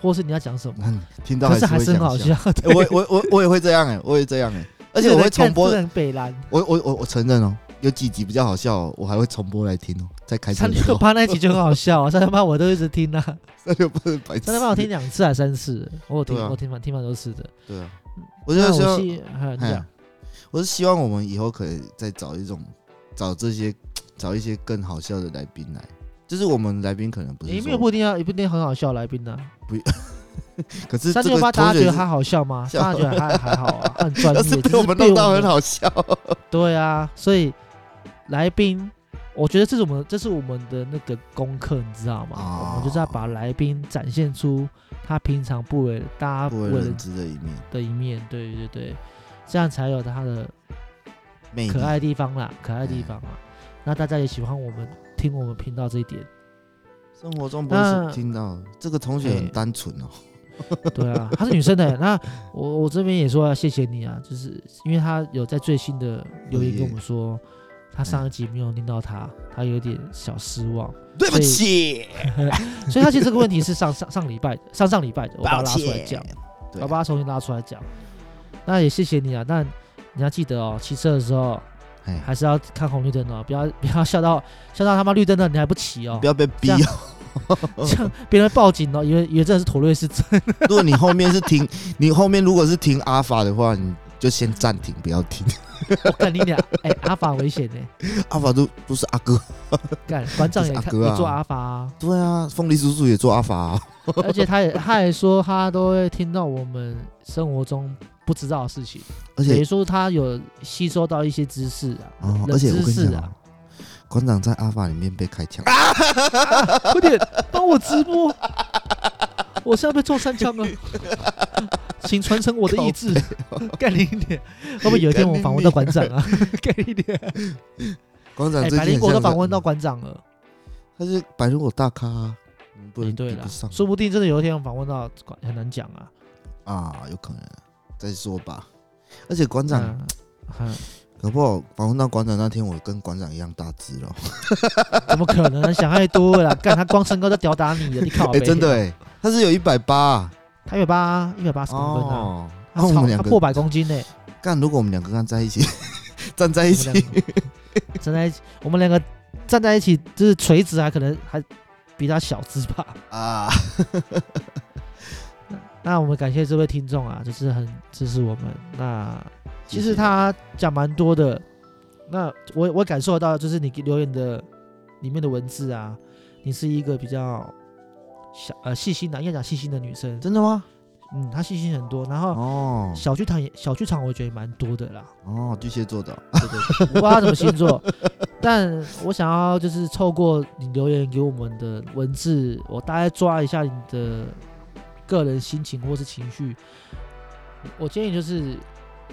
[SPEAKER 1] 或是你要讲什么，
[SPEAKER 2] 那你听到
[SPEAKER 1] 可
[SPEAKER 2] 还
[SPEAKER 1] 是还
[SPEAKER 2] 会
[SPEAKER 1] 是
[SPEAKER 2] 想
[SPEAKER 1] 很好
[SPEAKER 2] 笑。
[SPEAKER 1] 笑。
[SPEAKER 2] 哎我我我我也会这样哎、我也这样哎、而且我会重播
[SPEAKER 1] [LAUGHS] 这个，人北蓝
[SPEAKER 2] 我我我我承认哦，有几集比较好笑、哦，我还会重播来听哦，在开车
[SPEAKER 1] 三
[SPEAKER 2] 的时
[SPEAKER 1] 六
[SPEAKER 2] [LAUGHS] 候。
[SPEAKER 1] 八那集就很好笑啊， [LAUGHS] 三六八我都一直听啊，
[SPEAKER 2] 三六八是白痴。
[SPEAKER 1] 三六八我听。两次还三次，我有听
[SPEAKER 2] 对啊
[SPEAKER 1] 我听蛮听蛮多次的。
[SPEAKER 2] 对啊，我
[SPEAKER 1] 嗯那
[SPEAKER 2] 就
[SPEAKER 1] 我
[SPEAKER 2] 希望，
[SPEAKER 1] 是还有
[SPEAKER 2] 哎
[SPEAKER 1] 讲
[SPEAKER 2] 呀，我是希望我们以后可以再找一种，找这些，找一些更好笑的来宾来。就是我们来宾可能不是
[SPEAKER 1] 也没
[SPEAKER 2] 说
[SPEAKER 1] 有，不一定要，也不一定很好笑的来宾呢。
[SPEAKER 2] 可是
[SPEAKER 1] 三
[SPEAKER 2] 这
[SPEAKER 1] 六
[SPEAKER 2] 个
[SPEAKER 1] 八大家
[SPEAKER 2] 同
[SPEAKER 1] 觉
[SPEAKER 2] 学
[SPEAKER 1] 得
[SPEAKER 2] 是
[SPEAKER 1] 他好笑吗？
[SPEAKER 2] 笑
[SPEAKER 1] 大家觉得他还好
[SPEAKER 2] [LAUGHS]
[SPEAKER 1] 啊，他很专业，
[SPEAKER 2] 要是
[SPEAKER 1] 只
[SPEAKER 2] 被我们弄到很。
[SPEAKER 1] [LAUGHS]
[SPEAKER 2] 好笑，
[SPEAKER 1] 对啊，所以来宾，我觉得这是我们这是我们的那个功课，你知道吗？
[SPEAKER 2] 哦
[SPEAKER 1] 我们就是要把来宾展现出他平常不为大家
[SPEAKER 2] 不
[SPEAKER 1] 不
[SPEAKER 2] 为
[SPEAKER 1] 为
[SPEAKER 2] 人
[SPEAKER 1] 人
[SPEAKER 2] 知的一面，
[SPEAKER 1] 的一面。对对对，这样才有他的
[SPEAKER 2] 魅力
[SPEAKER 1] 可爱的地方啦，
[SPEAKER 2] 哎
[SPEAKER 1] 可爱的地方啦。那大家也喜欢我们听我们频道这一点，
[SPEAKER 2] 生活中不是听到的这个同学
[SPEAKER 1] 哎
[SPEAKER 2] 很单纯哦，
[SPEAKER 1] 对啊，她是女生的、
[SPEAKER 2] [LAUGHS]
[SPEAKER 1] 那我我这边也说要谢谢你啊，就是因为她有在最新的留言跟我们
[SPEAKER 2] 哦
[SPEAKER 1] 说，她上一集没有听到她，她有点小失望，
[SPEAKER 2] 对不起，
[SPEAKER 1] 所以她其实这个问题是上上上礼拜的，上上礼拜的，我把她
[SPEAKER 2] 哎抱
[SPEAKER 1] 拉出来
[SPEAKER 2] 歉
[SPEAKER 1] 讲，，
[SPEAKER 2] 对
[SPEAKER 1] 我把她重新拉出来讲。那也谢谢你啊，但你要记得哦，骑车的时候
[SPEAKER 2] 哎，
[SPEAKER 1] 还是要看红绿灯哦，不要不要笑到笑到他妈绿灯了你还不骑哦
[SPEAKER 2] 不，要被逼
[SPEAKER 1] 这
[SPEAKER 2] 哦。
[SPEAKER 1] 这 [LAUGHS] 样别人会报警哦，以为以为真的是妥瑞是真，
[SPEAKER 2] 如果你后面是停，你后面如果是停阿法的话，你就先暂停，不要
[SPEAKER 1] [LAUGHS]
[SPEAKER 2] 停。
[SPEAKER 1] [LAUGHS] 我跟你俩，哎、阿法危
[SPEAKER 2] [LAUGHS]
[SPEAKER 1] 险呢、
[SPEAKER 2] 阿法都都是阿哥，
[SPEAKER 1] 干馆长也
[SPEAKER 2] 这是阿
[SPEAKER 1] 看
[SPEAKER 2] 哥啊，
[SPEAKER 1] 也做阿法、啊
[SPEAKER 2] 对啊，凤梨叔叔也做阿法啊，
[SPEAKER 1] 而且他也他也说他都会听到我们生活中不知道的
[SPEAKER 2] [LAUGHS]
[SPEAKER 1] 事情，
[SPEAKER 2] 而
[SPEAKER 1] 等于
[SPEAKER 2] 且
[SPEAKER 1] 说他有吸收到一些知识啊，
[SPEAKER 2] 哦，
[SPEAKER 1] 哎冷
[SPEAKER 2] 而且我
[SPEAKER 1] 知
[SPEAKER 2] 跟你
[SPEAKER 1] 识
[SPEAKER 2] 讲
[SPEAKER 1] 啊
[SPEAKER 2] 啊，，馆长在阿法里面被开枪，
[SPEAKER 1] 快点帮我直
[SPEAKER 2] [LAUGHS]
[SPEAKER 1] 播，我是要被中三枪了，请传承我的意志，干你一点，会不会有一天我访问到馆长
[SPEAKER 2] [LAUGHS]
[SPEAKER 1] 啊？干你一点，
[SPEAKER 2] 馆长
[SPEAKER 1] 哎，
[SPEAKER 2] 最
[SPEAKER 1] 百
[SPEAKER 2] 近
[SPEAKER 1] 灵果都
[SPEAKER 2] 很像
[SPEAKER 1] 访
[SPEAKER 2] 个
[SPEAKER 1] 问到馆长了，
[SPEAKER 2] 他是百灵果大咖啊，你不
[SPEAKER 1] 哎
[SPEAKER 2] 能
[SPEAKER 1] 对
[SPEAKER 2] 比
[SPEAKER 1] 了
[SPEAKER 2] 不，上
[SPEAKER 1] 说不定真的有一天我访问到馆，很难讲啊，
[SPEAKER 2] 啊，有可能啊再说吧。而且馆
[SPEAKER 1] 那
[SPEAKER 2] 长
[SPEAKER 1] 嗯
[SPEAKER 2] 搞不好访问到馆长那天，我跟馆长一样大只哦了。
[SPEAKER 1] [LAUGHS] 怎么可能？想太多
[SPEAKER 2] [LAUGHS]
[SPEAKER 1] 了啦！干他光身高就吊打你了，你靠
[SPEAKER 2] 哎、
[SPEAKER 1] 北！
[SPEAKER 2] 真的哎、他是有一百八啊
[SPEAKER 1] 他一百八，一百八十公分啊！
[SPEAKER 2] 哦。
[SPEAKER 1] 他
[SPEAKER 2] 那我
[SPEAKER 1] 超
[SPEAKER 2] 们
[SPEAKER 1] 他
[SPEAKER 2] 两个
[SPEAKER 1] 破百公斤呢！
[SPEAKER 2] 干，如果我们两个站在一起， [LAUGHS] 站在一
[SPEAKER 1] 我
[SPEAKER 2] 起
[SPEAKER 1] 们，两个站在一起，我们两个站在一起，就是垂直还可能还比他小只吧。
[SPEAKER 2] 啊，
[SPEAKER 1] 那我们感谢这位听众啊，就是很支持我们。那其
[SPEAKER 2] 谢
[SPEAKER 1] 实
[SPEAKER 2] 谢
[SPEAKER 1] 他讲蛮多的，那我我感受到就是你留言的里面的文字啊，你是一个比较小呃细心的、应该讲细心的女生。
[SPEAKER 2] 真的吗？
[SPEAKER 1] 嗯，她细心很多，然后
[SPEAKER 2] 哦
[SPEAKER 1] 小剧场也小剧场，我觉得也蛮多的啦。
[SPEAKER 2] 哦，巨蟹座的
[SPEAKER 1] 对对对，我不知道他什么星座， [LAUGHS] 但我想要就是透过你留言给我们的文字，我大概抓一下你的个人心情或是情绪。我建议就是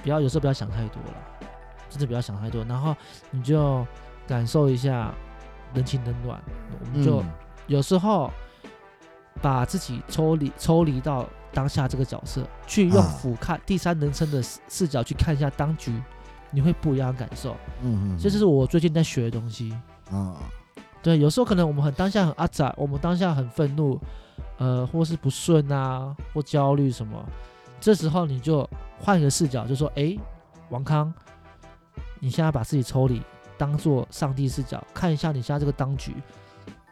[SPEAKER 1] 不要有时候不要想太多了，真的不要想太多，然后你就感受一下人情冷暖。我们就
[SPEAKER 2] 嗯
[SPEAKER 1] 有时候把自己抽离抽离到当下这个角色，去用
[SPEAKER 2] 啊
[SPEAKER 1] 俯瞰第三人称的视视角去看一下当局，你会不一样的感受。
[SPEAKER 2] 嗯嗯，
[SPEAKER 1] 这就是我最近在学的东西。
[SPEAKER 2] 啊，
[SPEAKER 1] 对，有时候可能我们很当下很阿杂，我们当下很愤怒，呃，或是不顺啊，或焦虑什么，这时候你就换一个视角，就说：“诶，王康，你现在把自己抽离，当做上帝视角，看一下你现在这个当局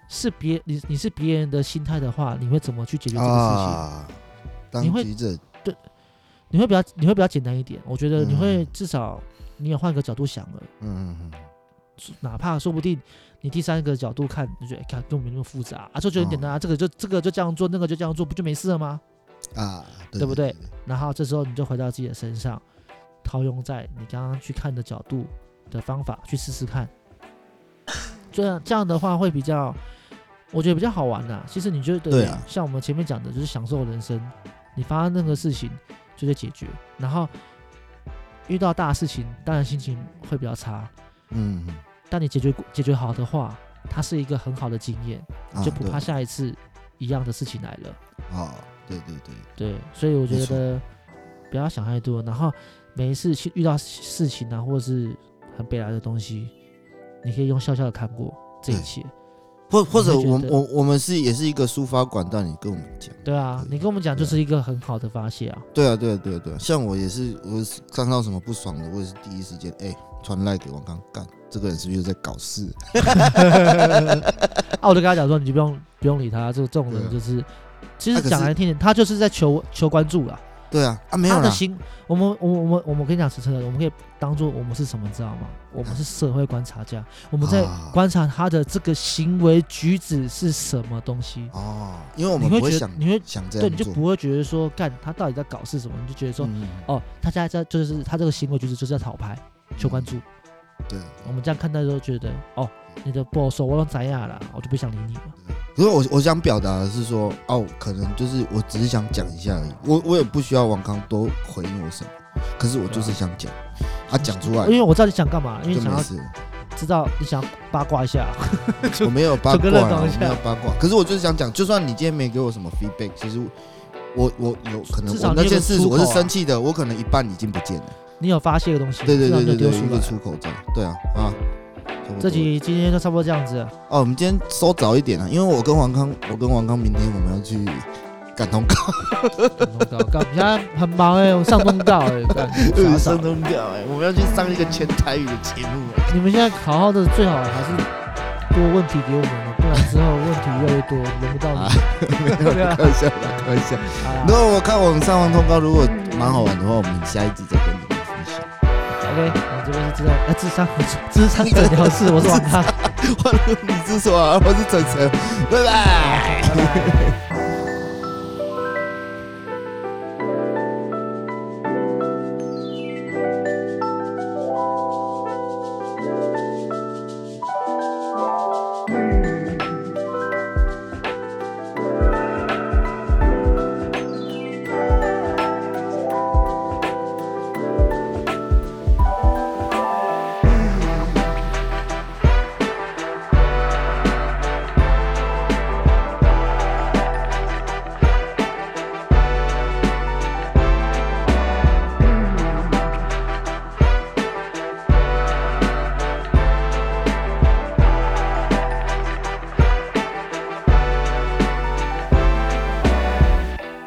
[SPEAKER 1] 是别你你是别人的心态的话，你会怎么去解决这个事情？
[SPEAKER 2] 啊，当
[SPEAKER 1] 你会
[SPEAKER 2] 局者
[SPEAKER 1] 你会比较你会比较简单一点，我觉得你会
[SPEAKER 2] 嗯
[SPEAKER 1] 至少你也换个角度想了。”
[SPEAKER 2] 嗯嗯嗯，
[SPEAKER 1] 哪怕说不定你第三个角度看，你就觉得哎看跟我没那么复杂啊，就觉得很
[SPEAKER 2] 哦
[SPEAKER 1] 简单啊，这个就这个就这样做，那个就这样做，不就没事了吗？
[SPEAKER 2] 啊，对
[SPEAKER 1] 对不
[SPEAKER 2] 对
[SPEAKER 1] 对？然后这时候你就回到自己的身上，套用在你刚刚去看的角度的方法去试试看，这样这样的话会比较，我觉得比较好玩呐、其实你觉得
[SPEAKER 2] 对啊
[SPEAKER 1] 像我们前面讲的，就是享受人生，你发生任何事情就得解决，然后遇到大事情，当然心情会比较差，
[SPEAKER 2] 嗯，嗯
[SPEAKER 1] 但你解决解决好的话，它是一个很好的经验，
[SPEAKER 2] 啊
[SPEAKER 1] 就不怕
[SPEAKER 2] 对
[SPEAKER 1] 下一次一样的事情来了。
[SPEAKER 2] 哦，对对对，
[SPEAKER 1] 对，所以我觉
[SPEAKER 2] 没错
[SPEAKER 1] 得不要想太多，然后每一次去遇到事情啊，或者是很悲哀的东西，你可以用笑笑的看过这一
[SPEAKER 2] 对
[SPEAKER 1] 切，
[SPEAKER 2] 或或者
[SPEAKER 1] 你会
[SPEAKER 2] 我
[SPEAKER 1] 觉得
[SPEAKER 2] 我我们是也是一个抒发管道，你跟我们讲。
[SPEAKER 1] 对啊，你跟我们讲就是一个很好的发
[SPEAKER 2] [LAUGHS]
[SPEAKER 1] 泄啊。
[SPEAKER 2] 对啊，对啊，对啊，对啊，像我也是，我看到什么不爽的，我也是第一时间哎传赖给王刚，干这个人是不是又在搞事？
[SPEAKER 1] 啊，我就跟他讲说，你就不用不用理他，这这种
[SPEAKER 2] 对
[SPEAKER 1] 人
[SPEAKER 2] 啊
[SPEAKER 1] 就是，其
[SPEAKER 2] 啊
[SPEAKER 1] 实
[SPEAKER 2] 可是
[SPEAKER 1] 讲来听点，他就是在求求关注啦。
[SPEAKER 2] 对啊，啊没有
[SPEAKER 1] 他的
[SPEAKER 2] 啦，
[SPEAKER 1] 心，我们我们我们我们跟你讲，实诚的，我们可以当做我们是什么，你知道吗？我们是社会观察家，我们在
[SPEAKER 2] 啊
[SPEAKER 1] 观察他的这个行为举止是什么东西。
[SPEAKER 2] 哦，因为我
[SPEAKER 1] 你
[SPEAKER 2] 们
[SPEAKER 1] 会
[SPEAKER 2] 不会
[SPEAKER 1] 觉
[SPEAKER 2] 想
[SPEAKER 1] 得，你会
[SPEAKER 2] 想这
[SPEAKER 1] 对，
[SPEAKER 2] 样
[SPEAKER 1] 你
[SPEAKER 2] 做，
[SPEAKER 1] 就不会觉得说，干他到底在搞事什么？你就觉得说，
[SPEAKER 2] 嗯
[SPEAKER 1] 哦，他现在在就是他这个行为举止就是在讨牌、求关
[SPEAKER 2] 嗯
[SPEAKER 1] 注。
[SPEAKER 2] 对。
[SPEAKER 1] 我们这样看待都觉得，哦，你的不好说，我都怎样了，我就不想理你了。
[SPEAKER 2] 可是我我想表达的是说，哦，可能就是我只是想讲一下而已，我我也不需要王康多回应我什么，可是我就是想讲，啊讲出来
[SPEAKER 1] 因为我知道你想干嘛，因为
[SPEAKER 2] 就
[SPEAKER 1] 你想
[SPEAKER 2] 没
[SPEAKER 1] 要
[SPEAKER 2] 事了，
[SPEAKER 1] 知道你想八卦一下， [LAUGHS]
[SPEAKER 2] 我没有八
[SPEAKER 1] 就
[SPEAKER 2] 卦
[SPEAKER 1] 跟
[SPEAKER 2] 啦，
[SPEAKER 1] 认同
[SPEAKER 2] 我
[SPEAKER 1] 一下
[SPEAKER 2] 没有八卦，可是我就是想讲，就算你今天没给我什么 feedback，其实我我我有可能
[SPEAKER 1] 至少
[SPEAKER 2] 我
[SPEAKER 1] 你有个
[SPEAKER 2] 那件事
[SPEAKER 1] 出口
[SPEAKER 2] 我是
[SPEAKER 1] 啊
[SPEAKER 2] 生气的，我可能一半已经不见了，
[SPEAKER 1] 你有发泄的东西，
[SPEAKER 2] 对对
[SPEAKER 1] 至少你
[SPEAKER 2] 对对
[SPEAKER 1] 有
[SPEAKER 2] 对，
[SPEAKER 1] 丢
[SPEAKER 2] 有
[SPEAKER 1] 出
[SPEAKER 2] 一个
[SPEAKER 1] 来。
[SPEAKER 2] 出口在，对啊啊，差不多
[SPEAKER 1] 这集今天就差不多这样子了，
[SPEAKER 2] 哦，我们今天收早一点啊，因为我跟王康，我跟王康明天我们要去赶通告，
[SPEAKER 1] 通告，干我们现在很忙哎、我们上通告哎、
[SPEAKER 2] [LAUGHS]
[SPEAKER 1] 干傻
[SPEAKER 2] 上
[SPEAKER 1] 傻。
[SPEAKER 2] 通告哎，我们要去上一个全台语的节目哎。
[SPEAKER 1] 你们现在好好的，最好还是多问题给我们了，不然之后问题越来越多，轮不到你啊
[SPEAKER 2] 啊
[SPEAKER 1] [LAUGHS] 们。
[SPEAKER 2] 没 [LAUGHS] [LAUGHS] 有开玩笑，开玩笑。
[SPEAKER 1] 好啦
[SPEAKER 2] 如果我看我们上完通告，如果蛮好玩的话，我们下一集再跟你们分享。
[SPEAKER 1] OK，
[SPEAKER 2] [LAUGHS]
[SPEAKER 1] 我们这边是智商，呃，智商，智商诊疗室，我是王康，
[SPEAKER 2] 我是你是什么？我是晨晨，拜拜。
[SPEAKER 1] 拜拜。